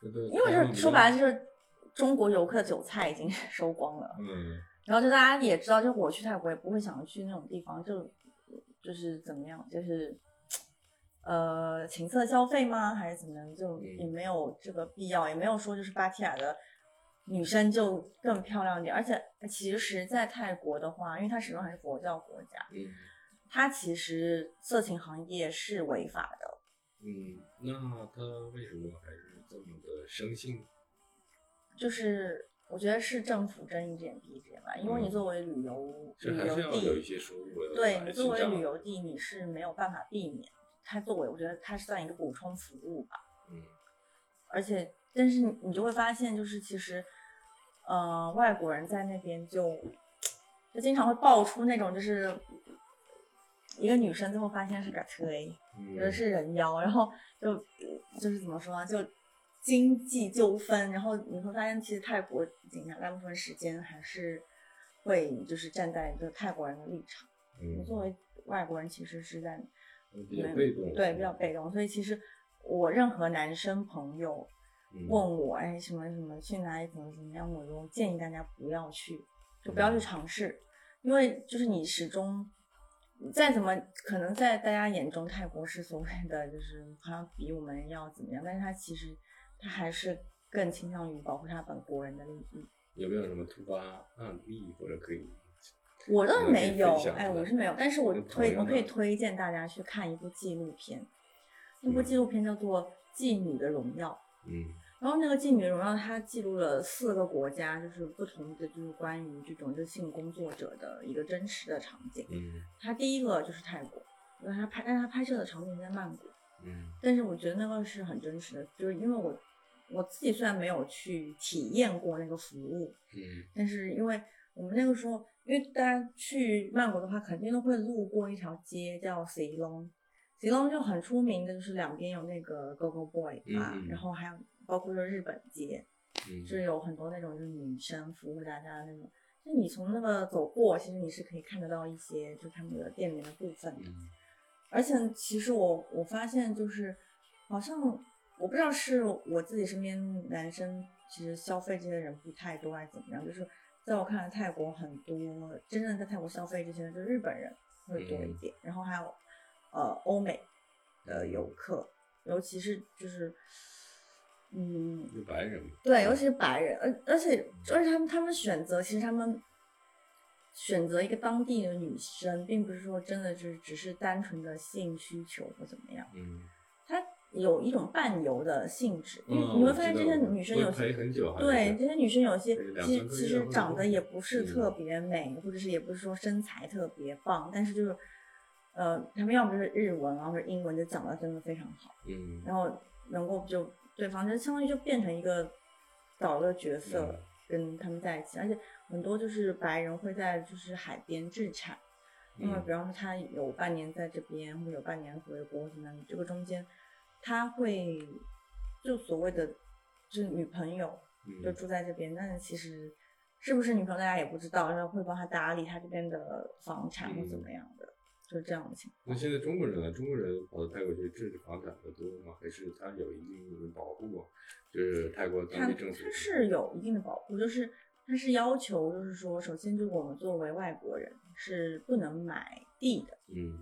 这个
因为就是说白了就是中国游客的韭菜已经 收光了，
嗯，
然后就大家也知道，就我去泰国也不会想要去那种地方，就就是怎么样，就是。呃，情色消费吗？还是怎么样？就
嗯
也没有这个必要，也没有说就是芭提雅的女生就更漂亮一点。而且其实，在泰国的话，因为它始终还是佛教国家，
嗯
它其实色情行业是违法的。
嗯，那他为什么还是这么的生性？
就是我觉得是政府睁一只眼闭一只眼吧，因为你
嗯
作为旅游、
这
旅
还
游
是要有一
地，
些收入的，
对
来
你
进
作为
账
旅游地，你是没有办法避免它作为，我觉得它是算一个补充服务吧。
嗯
而且，但是你你就会发现，就是其实，呃，外国人在那边就就经常会爆出那种，就是一个女生最后发现是个推，
嗯，
觉得是人妖，然后就呃就是怎么说呢，就经济纠纷，然后你会发现，其实泰国警察大部分时间还是会就是站在就是泰国人的立场，你
嗯
作为外国人其实是在
比较被动，
对比较被动，所以其实我任何男生朋友。
嗯
问我哎什么什么去哪里怎么怎么样，我都建议大家不要去，就不要去
嗯
尝试，因为就是你始终再怎么可能在大家眼中泰国是所谓的就是好像比我们要怎么样，但是它其实它还是更倾向于保护它本国人的利益。
有没有什么突发案例或者可以？
我倒是
那可以
没
分
有
享，
哎，
的
我是没有，但是我
那朋
推
友
我可以
呢
推荐大家去看一部纪录片，那部
嗯
纪录片叫做《妓女的荣耀》。
嗯
然后那个《妓女荣耀》它记录了四个国家，就是不同的，就是关于这种就性工作者的一个真实的场景。
嗯
它第一个就是泰国，因为它拍，但它拍摄的场景在曼谷，
嗯
但是我觉得那个是很真实的，就是因为我我自己虽然没有去体验过那个服务，
嗯
但是因为我们那个时候，因为大家去曼谷的话，肯定都会路过一条街叫 c e l o n c e l o n 就很出名的，就是两边有那个 Go Go Boy 吧，
嗯
然后还有包括说日本街，
嗯
是有很多那种就是女生服务大家的那种，就你从那个走过，其实你是可以看得到一些就他们的店名的部分的。
嗯
而且其实我我发现就是，好像我不知道是我自己身边男生其实消费这些人不太多还是怎么样，就是在我看来，泰国很多真正在泰国消费这些就日本人会多一点，然后还有呃欧美的游客，尤其是就是嗯
就白人嘛，
对，尤其是白人，而而且而且他们他们选择，其实他们选择一个当地的女生，并不是说真的就是只是单纯的性需求或怎么样，
嗯，
它有一种伴游的性质。因为
嗯
你会发现这些
我知道
女生有
会陪
些
很久还是
对这些女生有些
陪两
其
三
实
个
其
月
实
或者
长
多
得
久
也不是
嗯
特别美，或者是也不是说身材特别棒，但是就是呃，他们要不就是日文，然后是英文就讲的真的非常好。
嗯，
然后能够就对方就相当于就变成一个导的角色
嗯，
跟他们在一起，而且很多就是白人会在就是海边置产，那么
嗯
比方说他有半年在这边，或者有半年回国什么的，这个中间他会就所谓的就是女朋友
嗯
就住在这边，但是其实是不是女朋友大家也不知道，然后会帮他打理他这边的房产或怎么样的，就是这样的情况。
嗯那现在中国人呢？中国人跑到泰国去治理房产的多吗？还是他有一定的保护啊？就是泰国当
它
地政府
它是有一定的保护，就是它是要求，就是说，首先就是我们作为外国人是不能买地的，
嗯，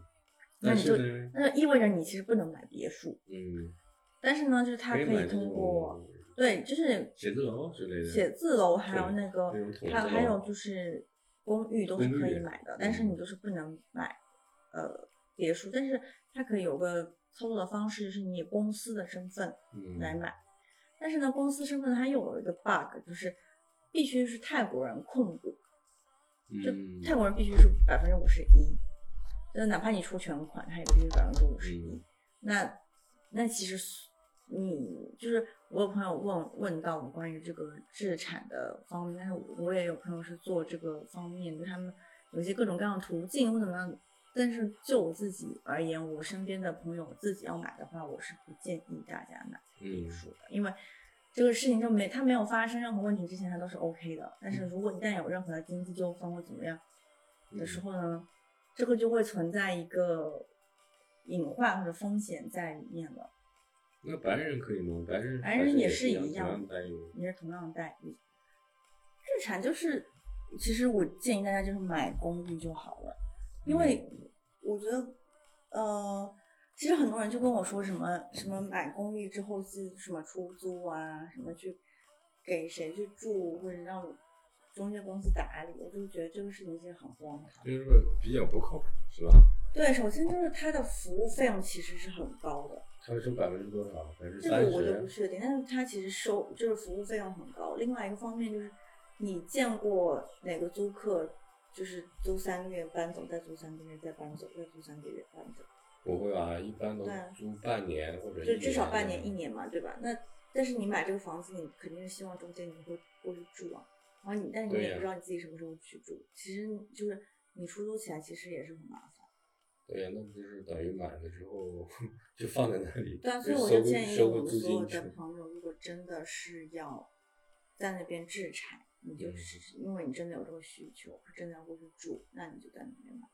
那
但
你就是
呢，
那意味着你其实不能买别墅，
嗯，
但是呢，就是它
可
可
以买
以
那
通过
种
对，就是
写字楼之类的，
写字楼，还有
对
那个
那种筒
还有
子
还
楼
有就是公寓都是
公
可以
寓
买的，但是
嗯
你就是不能买呃别墅，但是它可以有个操作的方式，是你以公司的身份
嗯
来买。但是呢，公司身份它又有一个 bug，就是必须是泰国人控股，就
嗯
泰国人必须是百分之五十一，就是哪怕你出全款，它也必须百分之五十一
嗯。
那那其实是你就是我有朋友问问到我关于这个制产的方面，但是我我也有朋友是做这个方面，就他们有一些各种各样的途径或怎么样。但是就我自己而言，我身边的朋友我自己要买的话，我是不建议大家买。
嗯
说的，因为这个事情就没它没有发生任何问题之前，它都是 OK 的。但是如果一旦有任何的经济纠纷或怎么样的时候呢，这个就会存在一个隐患或者风险在里面了。
那白人可以吗？白人
白人
还
也
是
是一
一
样
同待遇。
也是同样的待遇。日产就是，其实我建议大家就是买公寓就好了，因为我觉得，呃，其实很多人就跟我说什么什么买公寓之后是什么出租啊，什么去给谁去住，或者让中介公司打理，我就觉得这个事情其实很荒唐。
就是比较不靠谱，是吧？
对，首先就是它的服务费用其实是很高的，
他们收百分之多少？百分之
这
三
个我就不
十？
确定，但是它其实收就是服务费用很高。另外一个方面就是，你见过哪个租客就是租三个月搬走，再租三个月再搬走，再租三个月搬走？
不会吧？一般都
对
租半年或者一
就至少半
的
年一年嘛，对吧？那但是你买这个房子，你肯定是希望中间你会过去住啊，然后你但是你
对
也
呀
不知道你自己什么时候去住，其实就是你出租起来其实也是很麻烦。
对呀，那不就是等于买了之后就放在那里，
对啊，所
就
以
收
我就
个
建议
收
我
个
们
租
所有
金去
的朋友，如果真的是要在那边置产，你就
嗯
是因为你真的有这个需求，真的要过去住，那你就在那边买。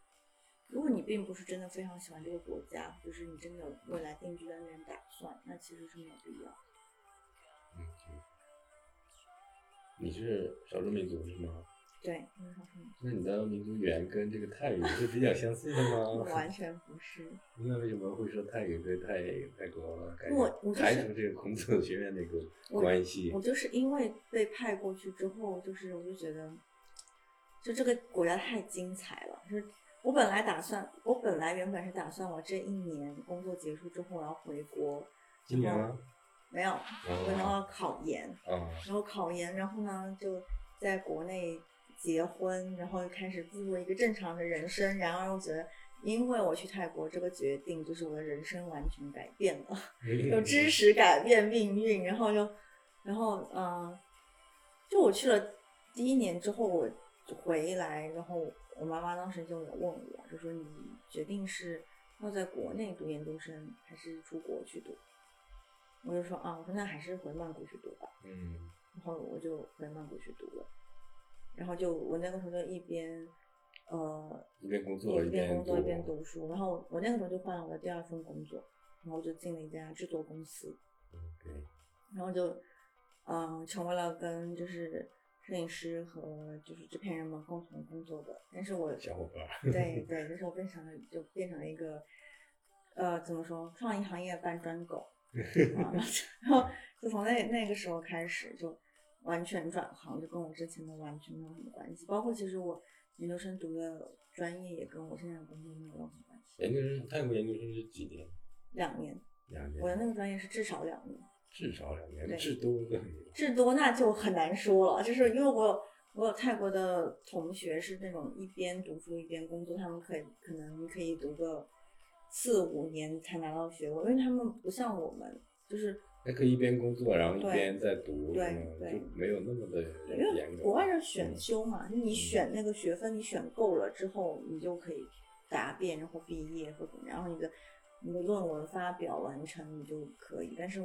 如果你并不是真的非常喜欢这个国家，或者是你真的有未来定居在那边打算，那其实是没有必要。
嗯，对你是少数民族是吗？
对，因为他说
那你的民族语言跟这个泰语是比较相似的
我
吗？
完全不是，
那为什么会说泰语跟泰泰国感
我我
觉
就是
排除这个孔子学院那个关系
我？就是因为被派过去之后，就是我就觉得，就这个国家太精彩了。就是我本来打算，我本来原本是打算我这一年工作结束之后，然后回国，
今年吗？
没有，我然
啊
后考研，
啊，
然后考研，然后呢就在国内结婚，然后开始步入一个正常的人生。然而我觉得，因为我去泰国这个决定，就是我的人生完全改变了。有知识改变命运，然后就，然后嗯、呃就我去了第一年之后，我就回来，然后我妈妈当时就有问我，就说你决定是要在国内读研究生，还是出国去读？我就说啊，我说那还是回曼谷去读吧。
嗯
然后我就回曼谷去读了，然后就我那个时候就一边呃
一边工作
一
一
边
边
工作一边
读
读书，然后我我那个时候就换了我的第二份工作，然后我就进了一家制作公司，
嗯对，
然后就嗯、呃成为了跟就是摄影师和就是制片人们共同工作的，但是我
小伙伴 儿，
对对，那时候变成了就变成了一个，呃，怎么说，创意行业搬砖狗，啊、然后就从那那个时候开始就完全转行，就跟我之前的完全没有什么关系。包括其实我研究生读的专业也跟我现在的工作没有任何关系。
研究生泰国研究生是几年？
两年，
两
我的
年，
那个专业是至少两年，
至少两
对
年，至多两年。
至多那就很难说了，就是因为我有。我有泰国的同学是那种一边读书一边工作，他们可以可能可以读个四五年才拿到学位，因为他们不像我们，就是
还可以一边工作，然后一
对
边在读，
对
嗯
对
就没有那么的
因为
严格。嗯
国外是选修嘛，你选那个学分，你选够了之后，你就可以答辩，然后毕业或怎么样，然后你的你的论文发表完成，你就可以。但是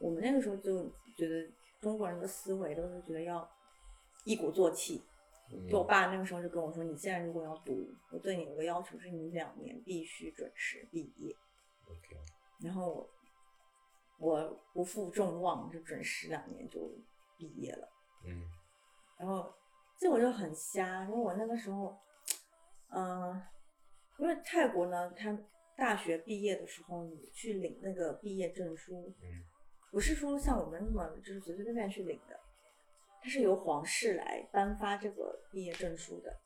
我们那个时候就觉得中国人的思维都是觉得要一鼓作气，
嗯
就我爸那个时候就跟我说，你现在如果要读，我对你有个要求是你两年必须准时毕业。
OK
然后我我不负众望，就准时两年就毕业了。
嗯，
然后这我就很瞎，因为我那个时候，嗯、因为泰国呢，他大学毕业的时候，你去领那个毕业证书，
嗯
不是说像我们那么就是随随便便去领的，它是由皇室来颁发这个毕业证书的。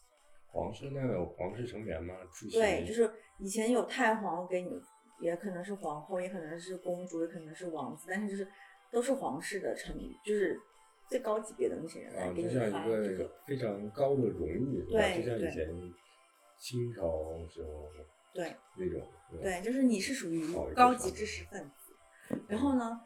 皇室那有皇室成员吗？出席
对，就是以前有太皇给你，也可能是皇后，也可能是公主，也可能是王子，但是就是都是皇室的成员，就是最高级别的那些人来
啊，
给
就
你
像
发
一
这
个非常高的荣誉，吧
对
就像
对
以前清朝时候
对。
那种，吧，
对，就是你是属于
好一个
高
传
级
统
知识分子。然后呢，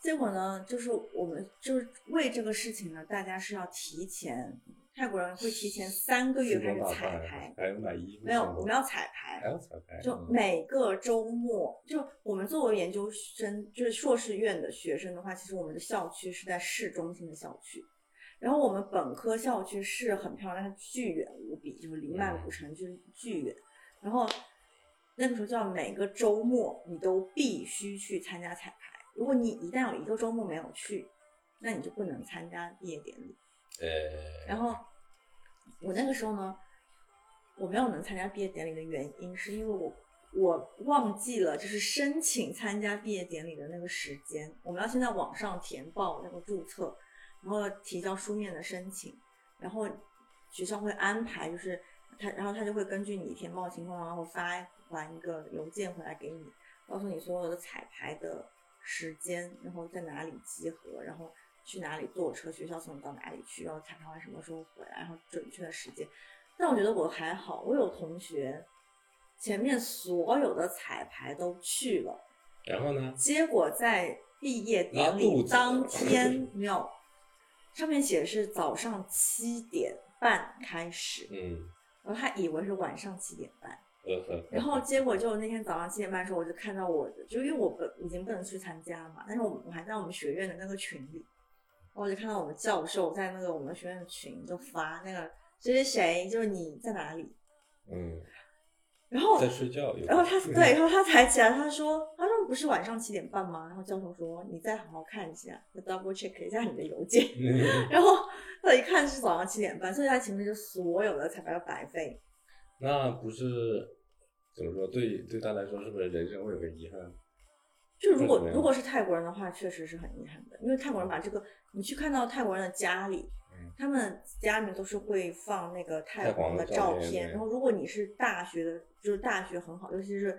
结果呢，就是我们就是为这个事情呢，大家是要提前，泰国人会提前三个月
梳
开
妆
始
打扮
彩
啊
排，，
还有买衣服，
没有，
上
我
楼
们要彩排
还。要彩排，
就
嗯
每个周末，就我们作为研究生，就是硕士院的学生的话，其实我们的校区是在市中心的校区。然后我们本科校区是很漂亮，但是巨远无比，就是离曼谷城区巨远。然后那个时候就要每个周末你都必须去参加彩排，如果你一旦有一个周末没有去，那你就不能参加毕业典礼。
呃，
然后我那个时候呢，我没有能参加毕业典礼的原因，是因为我我忘记了就是申请参加毕业典礼的那个时间，我们要先在网上填报那个注册，然后提交书面的申请，然后学校会安排就是他，然后他就会根据你填报情况，然后发完一个邮件回来给你，告诉你所有的彩排的时间，然后在哪里集合，然后去哪里坐车，学校送你到哪里去，然后彩排完什么时候回来，然后准确的时间。但我觉得我还好，我有同学前面所有的彩排都去了，
然后呢？
结果在毕业典
拉肚
礼
子
当天没有，上面写的是早上七点半开始，
嗯，
然后他以为是晚上七点半。
呵呵，
然后结果就那天早上七点半的时候，我就看到我的，就因为我本已经不能去参加嘛，但是我们我还在我们学院的那个群里，然后我就看到我们教授在那个我们学院的群就发那个谁谁谁，就是你在哪里，
嗯，
然后
在睡觉有，
然后他对，然后他才起来，他说他说不是晚上七点半吗？然后教授说你再好好看一下，就 double check 一下你的邮件，
嗯，
然后他一看是早上七点半，所以他前面就所有的彩排都白费，
那不是怎么说？对对他来说，是不是人生会有个遗憾？
就如
为什么
果
呀
如果是泰国人的话，确实是很遗憾的，因为泰国人把这个，你去看到泰国人的家里
嗯，
他们家里面都是会放那个泰
太
皇
皇
照
的照片
片，
对
然后如果你是大学的，就是大学很好，尤其是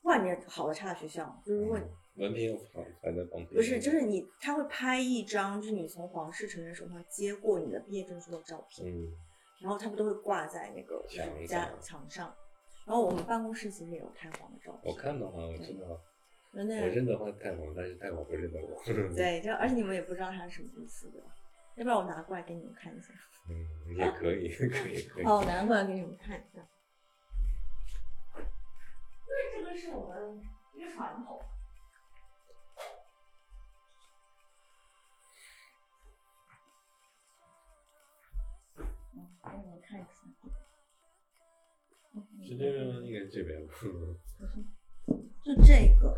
不管你是好的差的学校，就是如果
嗯
你
文凭又放放在旁边，
嗯不是就是你，他会拍一张就是你从皇室成员手上接过你的毕业证书的照片，
嗯，
然后他们都会挂在那个
墙上
家墙上，然后我们办公室其实也有泰皇的照片，
我看到了，我知道，
真的
我认得换太皇，但是太皇不认得我。
对，就而且你们也不知道它是什么意思，对吧？要不然我拿过来给你们看一下。
嗯，也可以， 可以，可以。
哦，我拿过来给你们看一下。因为这个是我们一个传统，让我看一下。
是这个应该是这边吧？
就这个，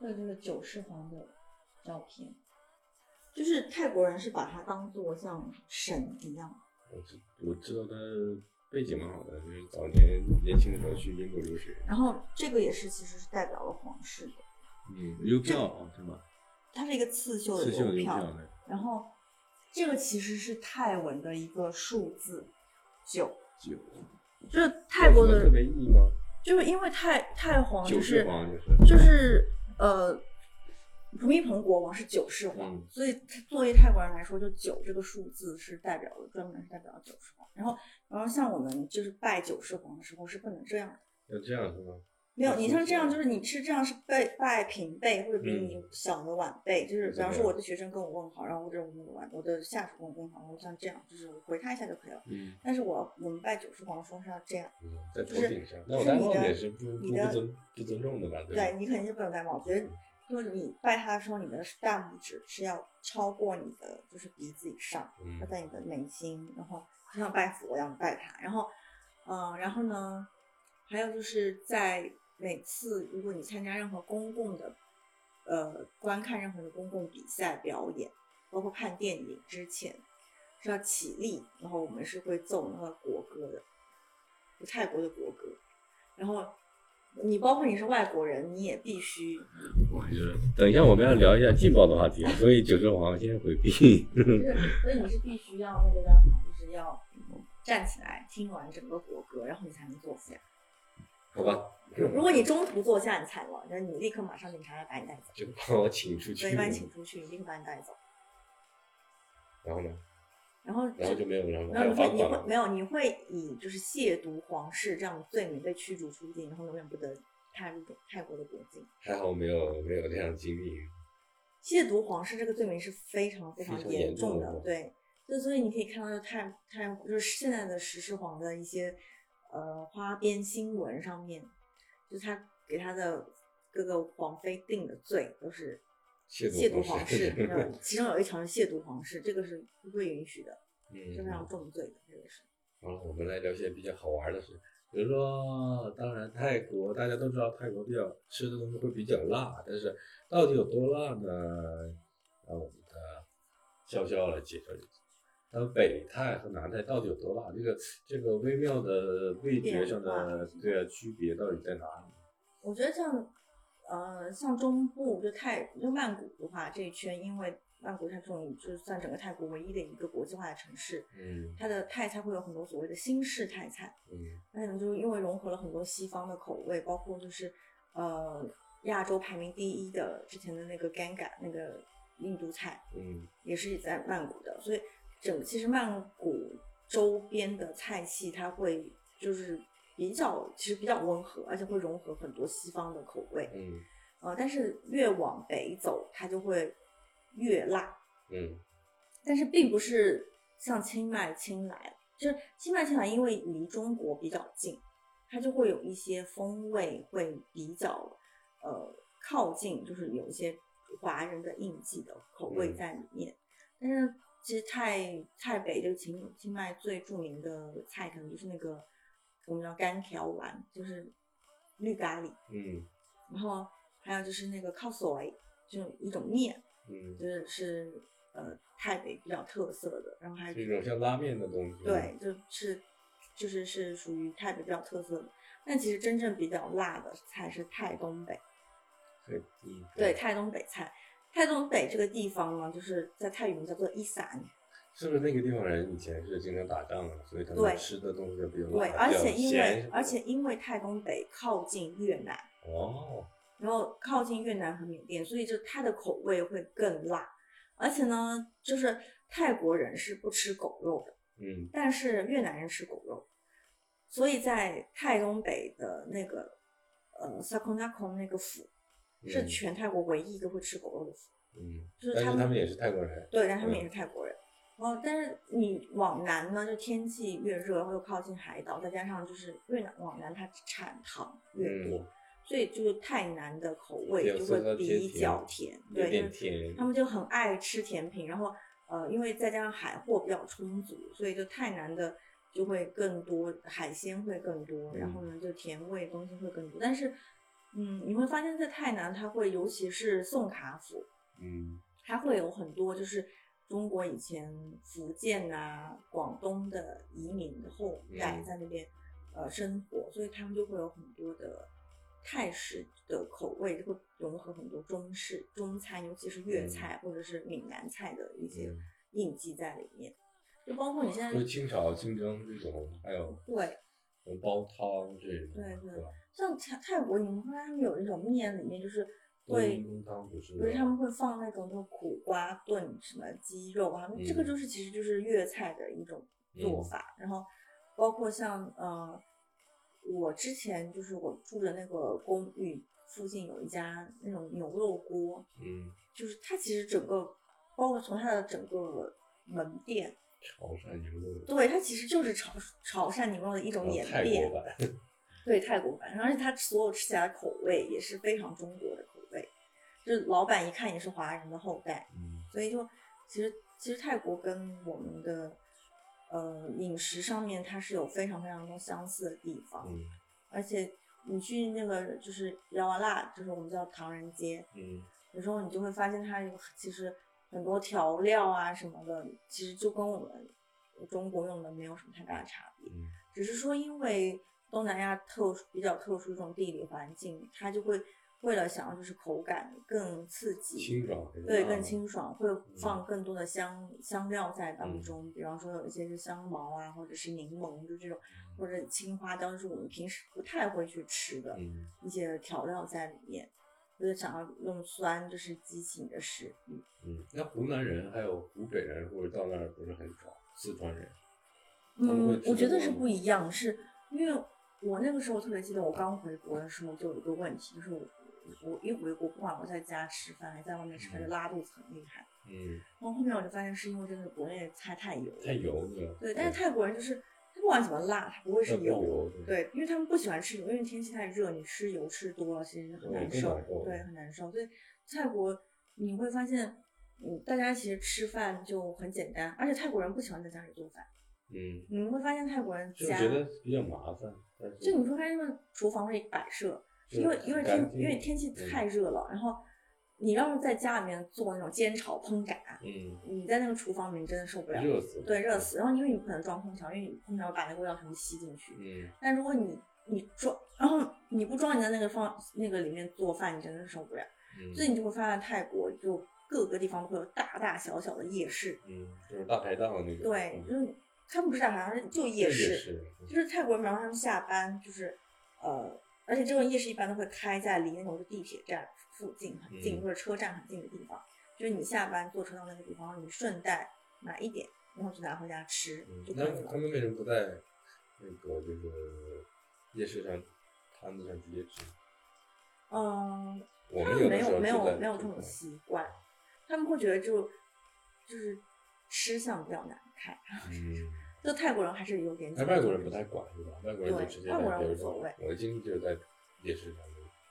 这就是九世皇的照片，就是泰国人是把它当做像神一样。
我知我知道他背景蛮好的，就是早年年轻的时候去英国留学，
然后这个也是其实是代表了皇室的，
嗯，邮票是吧？
它是一个刺绣的
刺绣的
邮
邮
票，
票对，
然后这个其实是泰文的一个数字九，
九，
就是泰国
有什么特
的，
别意义吗？
就是因为泰泰皇
九
就
世
是
皇就是，
就是呃，普密蓬国王是九世皇，
嗯
所以他作为泰国人来说，就九这个数字是代表了专门是代表了九世皇。然后然后像我们就是拜九世皇的时候是不能这样的。
要这样是吗？
没有，
那
你
是
像
这
这样
样
就是你吃这样是拜拜平辈或者比你
嗯
小的晚辈，就是比
怎
方
么
说我
样
的学生跟我问好，然后或者我们的晚我的下属跟我问好，然后像这样就是我回他一下就可以了。
嗯。
但是我我们拜九世皇的时候是要这样，
嗯，在头
是
顶上，
就
那我
是
戴
你
帽子
的
也是不
你
不
的
不尊不尊重的吧？
对
吧
你肯定是不能戴帽子，觉得就是你拜他的时候，你的大拇指是要超过你的就是鼻子以上，
嗯
要，在你的眉心，然后就像拜佛一样拜他。然后，嗯、然后呢，还有就是在每次如果你参加任何公共的，呃，观看任何的公共比赛表演，包括看电影之前是要起立，然后我们是会奏那个国歌的，就泰国的国歌。然后你包括你是外国人，你也必须
我就是等一下我们要聊一下劲爆的话题，所以九世皇先回避。
就是，所以你是必须要那个叫什么，就是要站起来听完整个国歌，然后你才能坐下。
好吧，
如果你中途坐下，你踩了，那你立刻马上警察来把你带走，
就把我请出去
对，，把你请出去，立刻把你带走。
然后呢，
然后
然后就没有然后
然
还
后
有罚
你会你会
款
没，有你会以就是亵渎皇室这样的罪名被驱逐出境，然后永远不得踏入泰国的国境。
还好没有没有这样的经历。
亵渎皇室这个罪名是非常非
非
常
常
严
严
重
重
的，
的
对，就所以你可以看到，就泰泰就是现在的时事皇的一些呃花边新闻上面，就他给他的各个皇妃定的罪都是
亵
亵
渎
渎
皇
皇
室
室，嗯其中有一条是亵渎皇室，这个是不被允许的，
嗯
是非常重罪的，啊这个是。
好了，我们来聊些比较好玩的事。比如说，当然泰国大家都知道，泰国比较吃的东西会比较辣，但是到底有多辣呢？让我们的潇潇来介绍一下。那北泰和南泰到底有多辣？这个这个微妙的味觉上
变
的
化
对啊区别到底在哪里？
我觉得像，呃，像中部就泰就曼谷的话，这一圈因为曼谷它这种就算整个泰国唯一的一个国际化的城市，
嗯
它的泰菜会有很多所谓的新式泰菜，
嗯
那可能就是因为融合了很多西方的口味，包括就是呃亚洲排名第一的之前的那个 Ganga 那个印度菜
嗯
也是在曼谷的，所以整个其实曼谷周边的菜系它会就是比较其实比较温和，而且会融合很多西方的口味，
嗯
呃，但是越往北走它就会越辣，
嗯
但是并不是像清迈、清莱，就是清迈、清莱，因为离中国比较近，它就会有一些风味会比较呃靠近，就是有一些华人的印记的口味
嗯
在里面。但是其实泰泰北这个清清迈最著名的菜，可能就是那个我们叫干条丸，就是绿咖喱，
嗯
然后还有就是那个靠索，就是一种面。
嗯，
就是是呃泰北比较特色的，然后还
是一种像拉面的东西。
对，就是就是是属于泰北比较特色的。但其实真正比较辣的菜是泰东北，
对，嗯
对，泰东北菜。泰东北这个地方呢，就是在泰语名叫做伊散，
是不是那个地方人以前是经常打仗的，所以他
对
们吃的东西比较辣，
对，而
比较
且因
咸什
为
么的
而且因为泰东北靠近越南，
哦，
然后靠近越南和缅甸，所以就它的口味会更辣。而且呢，就是泰国人是不吃狗肉的。
嗯
但是越南人吃狗肉，所以在泰东北的那个呃 s a k o n a k o n 那个府是
嗯
全泰国唯一一个会吃狗肉的府，
嗯，
就是
但
他
是
们
他们也是泰国人，
对，但他们
嗯
也是泰国人。哦，但是你往南呢，就天气越热，然后又靠近海岛，再加上就是越南往南它产糖越多，
嗯，
所以就是泰南的口味
有
就
色
会
的偏
比
甜
较甜，
有
对，就
点
是
甜，
他们就很爱吃甜品，然后呃，因为再加上海货比较充足，所以就泰南的就会更多，海鲜会更多，然后呢，就甜味东西会更多。但是，嗯，你会发现在泰南，它会尤其是宋卡府，
嗯
它会有很多就是中国以前福建啊、广东的移民的后代
嗯
在那边、呃生活，所以他们就会有很多的泰式的口味，就会融合很多中式中餐，尤其是粤
嗯
菜、或者是闽南菜的一些
嗯
印记在里面。就包括你现在
就是清炒、清蒸这种，还有
对
什么煲汤这种，
对对
吧？
像泰泰国，你们发现他们有那种面里面就是会。
冬汤不是
不是他们会放那种就苦瓜炖什么鸡肉啊，这个
嗯
就是其实就是粤菜的一种做
嗯
法。然后包括像呃，我之前就是我住的那个公寓附近有一家那种牛肉锅，
嗯
就是它其实整个包括从它的整个门店，
潮汕牛肉
对它其实就是潮潮汕牛肉的一种
然后
演
哦泰
变
国，版，
对泰国版，而且它所有吃起来的口味也是非常中国的口味，就是老板一看也是华人的后代。
嗯
所以就其实其实泰国跟我们的呃饮食上面它是有非常非常多相似的地方，
嗯
而且你去那个就是饶瓦辣，就是我们叫唐人街，
嗯
有时候你就会发现它有其实很多调料啊什么的，其实就跟我们中国用的没有什么太大的差别。
嗯
只是说因为东南亚特殊比较特殊这种地理环境，它就会为了想要就是口感更刺激，
清爽，
对，更清爽，会放更多的香、香料在当
嗯
中，比方说有一些是香茅啊，或者是柠檬，就这种，或者青花椒，就是我们平时不太会去吃的
嗯
一些调料在里面，就是想要用酸，就是激起你的食欲。
嗯。那湖南人还有湖北人，或者到那儿不是很爽，四川人，他们会
嗯，
吃
我觉
得
得是
多吗
不一样，是因为我那个时候特别记得，我刚回国的时候就有一个问题，就是我我一回国，不管我在家吃饭还是在外面吃饭，就
嗯
拉肚子很厉害。
嗯，
然后后面我就发现是因为真的国内的菜太油了，
太油腻了，
对，但是泰国人就是他不管怎么辣，他不会
它
是
不
油。
油，，
对，因为他们不喜欢吃油，因为天气太热，你吃油吃多了其实
对
很难
哦更
受
难受，
对，很难受。所以泰国你会发现，嗯，大家其实吃饭就很简单，而且泰国人不喜欢在家里做饭，
嗯，
你会发现泰国人
就
家
觉得比较麻烦，但是
就你会发现他们厨房会摆设，因为因为天因为天气
嗯
太，热了，然后你要是在家里面做那种煎炒烹炸，
嗯，
你在那个厨房里面真的受不了，
热死，
对，热，死。然后因为你不可能装空调，因为你空调把那个味道全部吸进去。
嗯
但如果你你装，然后你不装，你在那个放那个里面做饭，你真的受不了。
嗯，
所以你就会发现泰国就各个地方都会有大大小小的夜市，
嗯，就是大排档那种，嗯
对，就是他们不是大排档，就夜
也
市，
是，
就是泰国人，然后他们下班就是呃，而且这种夜市一般都会开在离那种地铁站附近很近、
嗯
或者车站很近的地方，就是你下班坐车到那个地方，你顺带买一点。然后就拿回家吃
嗯，
就可
那
以了
他。们为什么不在那个就是夜市上摊子上直接吃？
嗯，
我
他
们的
们没
时候
有
就
没有
在
没有这种习惯，他们会觉得就就是吃相比较难看，
嗯，
就泰国人还是有点讲
但哎
究。
外国人不太管是吧？外国人就
对
直接
外国
在
人
别
无
人
所谓
我的经历就是在夜市上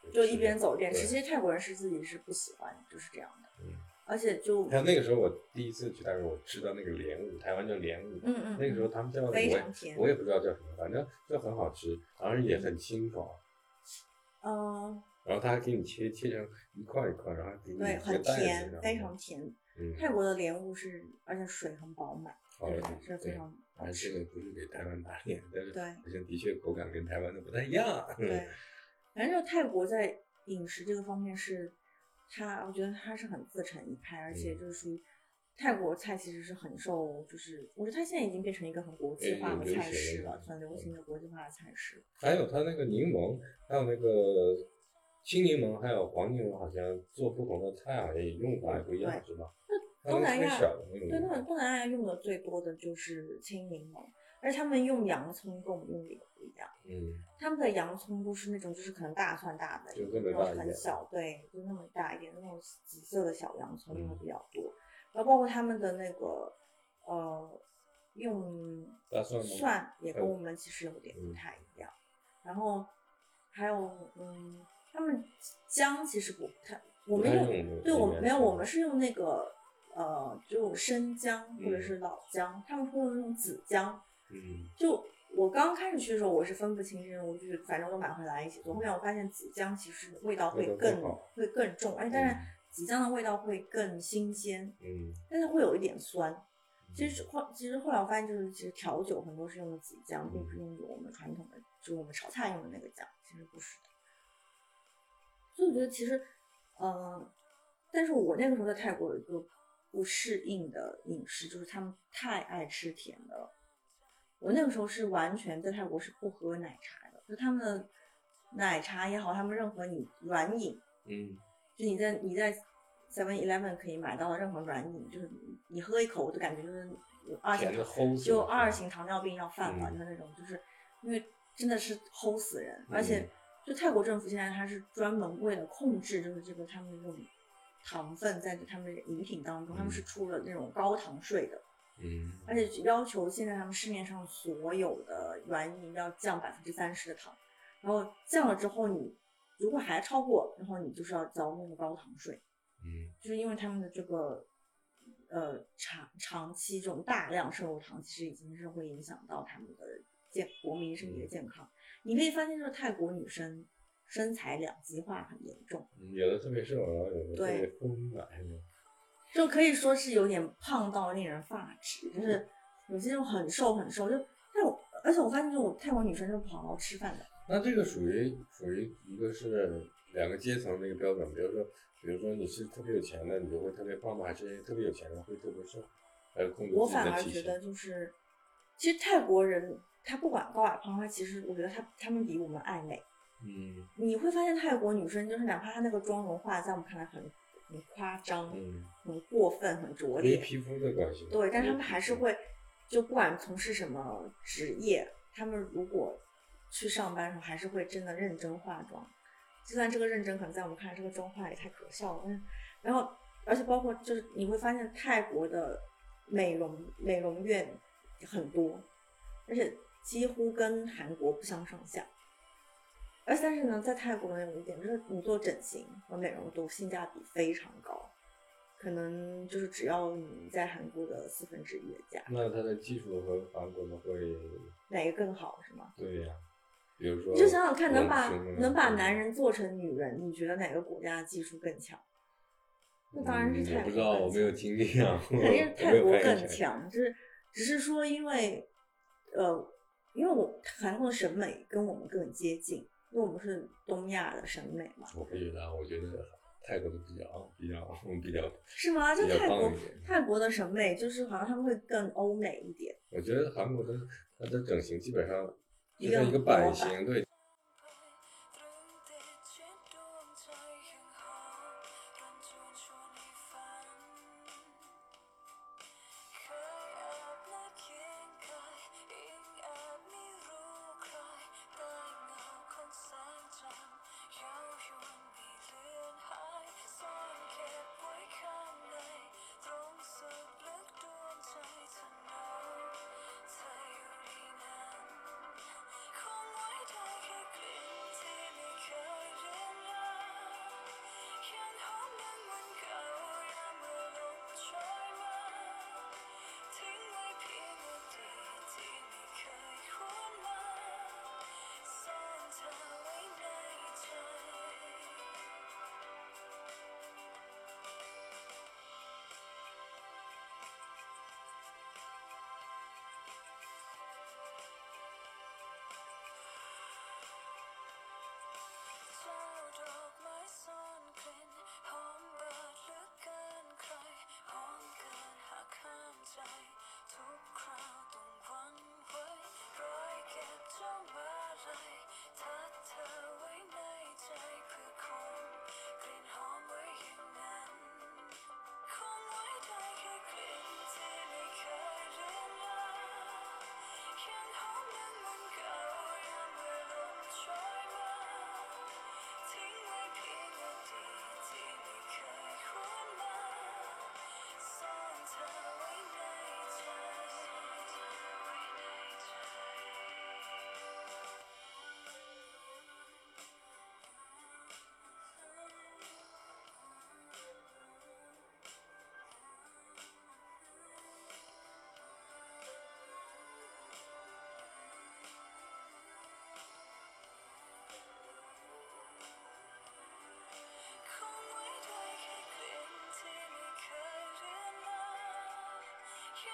就
就
吃
一边
的
走一边吃。
对
其实泰国人是自己是不喜欢就是这样的，
嗯
而且就
还有那个时候我第一次去泰国，我吃到那个莲雾，台湾叫莲雾，
嗯嗯，
那个时候
嗯
他们叫的我
非
也
常甜。
我也不知道叫什么，反正就很好吃，然后也很清爽。
嗯，
然后他还给你切切成一块一块，然后给你
对，
一个
很
袋子
甜，非
然后
常甜。
嗯，
泰国的莲雾是，而且水很饱满，
好
对
了，
是非常好
反正这
吃。
个不是给台湾打脸，但是
对
好像的确口感跟台湾的不太一样。
对，反正就泰国在饮食这个方面是，它我觉得它是很自成一派，而
嗯
且就是属于泰国菜其实是很受，就是我觉得它现在已经变成一个很国际化
嗯
的
流
菜
行
式
了嗯
了，很流行的国际化的菜式。
还有它那个柠檬，还有那个青柠檬，还有黄柠檬，好像做不同的菜好像也用法也不一样，是吧？它
东
那个特
南
别
亚
小的那种
对，
柠
那
檬，
东南亚用的最多的就是青柠檬，而且他们用洋葱跟我们用的也不一样，
嗯，
他们的洋葱都是那种就是可能大蒜大的，
就这么
然后
大一
很
点
小，对，就那么大一点，那种紫色的小洋葱
嗯
用的比较多，然后包括他们的那个呃用
大蒜吗？
蒜也跟
嗯
我们其实有点
嗯
不太一样，然后还有嗯，他们姜其实不太，
不
我们
太
用
用那个
对，
里
我
面
没有，
是吧
我们是用那个呃，就生姜或者是老姜，他们会用那种紫姜。
嗯
就我刚开始去的时候，我是分不清这种，就是反正我都买回来一起做。后面我发现紫姜其实味道
味道
会
更
更
好
会更重，而且当然紫姜的味道会更新鲜，
嗯，
但是会有一点酸。其实后其实后来我发现，就是其实调酒很多是用的紫姜，并不是用的我们传统的，就是我们炒菜用的那个姜，其实不是的。所以我觉得其实，呃，但是我那个时候在泰国有一个不适应的饮食，就是他们太爱吃甜的了。我那个时候是完全在泰国是不喝奶茶的，就他们的奶茶也好，他们任何你软饮
嗯
就你在你在 Seven Eleven 可以买到的任何软饮，就是你喝一口，我就感觉就是有二型
甜的齁死
就
了
二型糖尿病要犯完
嗯
的那种，就是因为真的是齁死人，而
嗯
且就泰国政府现在它是专门为了控制，就是这个他们这种糖分在他们的饮品当中，他
嗯
们是出了那种高糖税的，
嗯，
而且要求现在他们市面上所有的软饮要降百分之三十的糖，然后降了之后你如果还超过，然后你就是要交那个高糖税，
嗯
就是因为他们的这个呃长长期这种大量摄入糖，其实已经是会影响到他们的健国民身体的健康。你可以发现，就是泰国女生身材两极化很严重，
嗯，有的特别瘦，然后有的特别
对
丰满，还有
就可以说是有点胖到令人发指，就是有些人很瘦很瘦，就但我而且我发现，就是我泰国女生是不好好吃饭的，
那这个属于属于一个是两个阶层的一个标准，比如说，比如说你是特别有钱的，你就会特别胖吗？还是特别有钱的会特别瘦？还有控制
我
自己
反
的
而
体
觉
型
得。就是，其实泰国人他不管高矮胖，他其实我觉得他他们比我们爱美。
嗯
你会发现泰国女生就是哪怕她那个妆容画在我们看来很很夸张、
嗯，
很过分、很拙
因为
劣，
皮肤的关系。
对，但
因
他
为
们
皮
还是
肤。
会，就不管从事什么职业，他们如果去上班的时候，还是会真的认真化妆。就算这个认真可能在我们看来这个妆化也太可笑了，但是然后而且包括就是你会发现泰国的美容美容院很多，而且几乎跟韩国不相上下。而且但是呢，在泰国呢有一点就是你做整形和美容都性价比非常高，可能就是只要你在韩国的四分之一的价，
那它的技术和韩国的会，
哪个更好是吗？
对呀、比如说。
你就想想看，能把
纹身啊
能把男。人做成女人，你觉得哪个国家的技术更强？那当然是
嗯
泰国
我不知道，我
更
没有
强
经历啊。
肯定是
我没
泰
有
国
拍过
更
全
强，就是只是说因为，呃，因为我韩国的审美跟我们更接近，因为我们是东亚的审美嘛，
我不知道，我觉得泰国的比较比较比较，
是吗？就
比较
泰
棒
国
一点
泰国的审美就是好像他们会更欧美一点，
我觉得韩国的它的整形基本上就
一个
是一个
模
版
板
型，对，
Tonight เธออยู่ในนั้นคงไว้ได้แ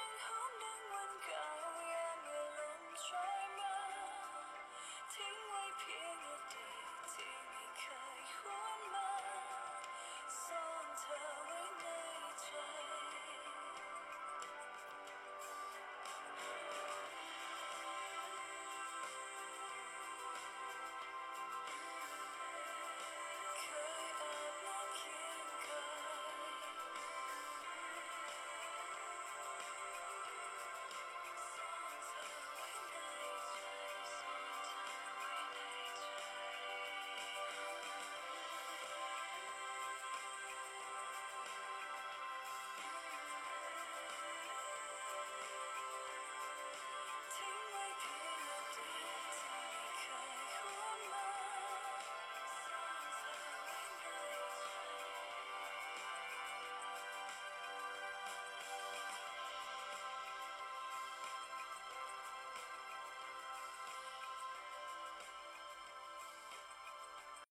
天后。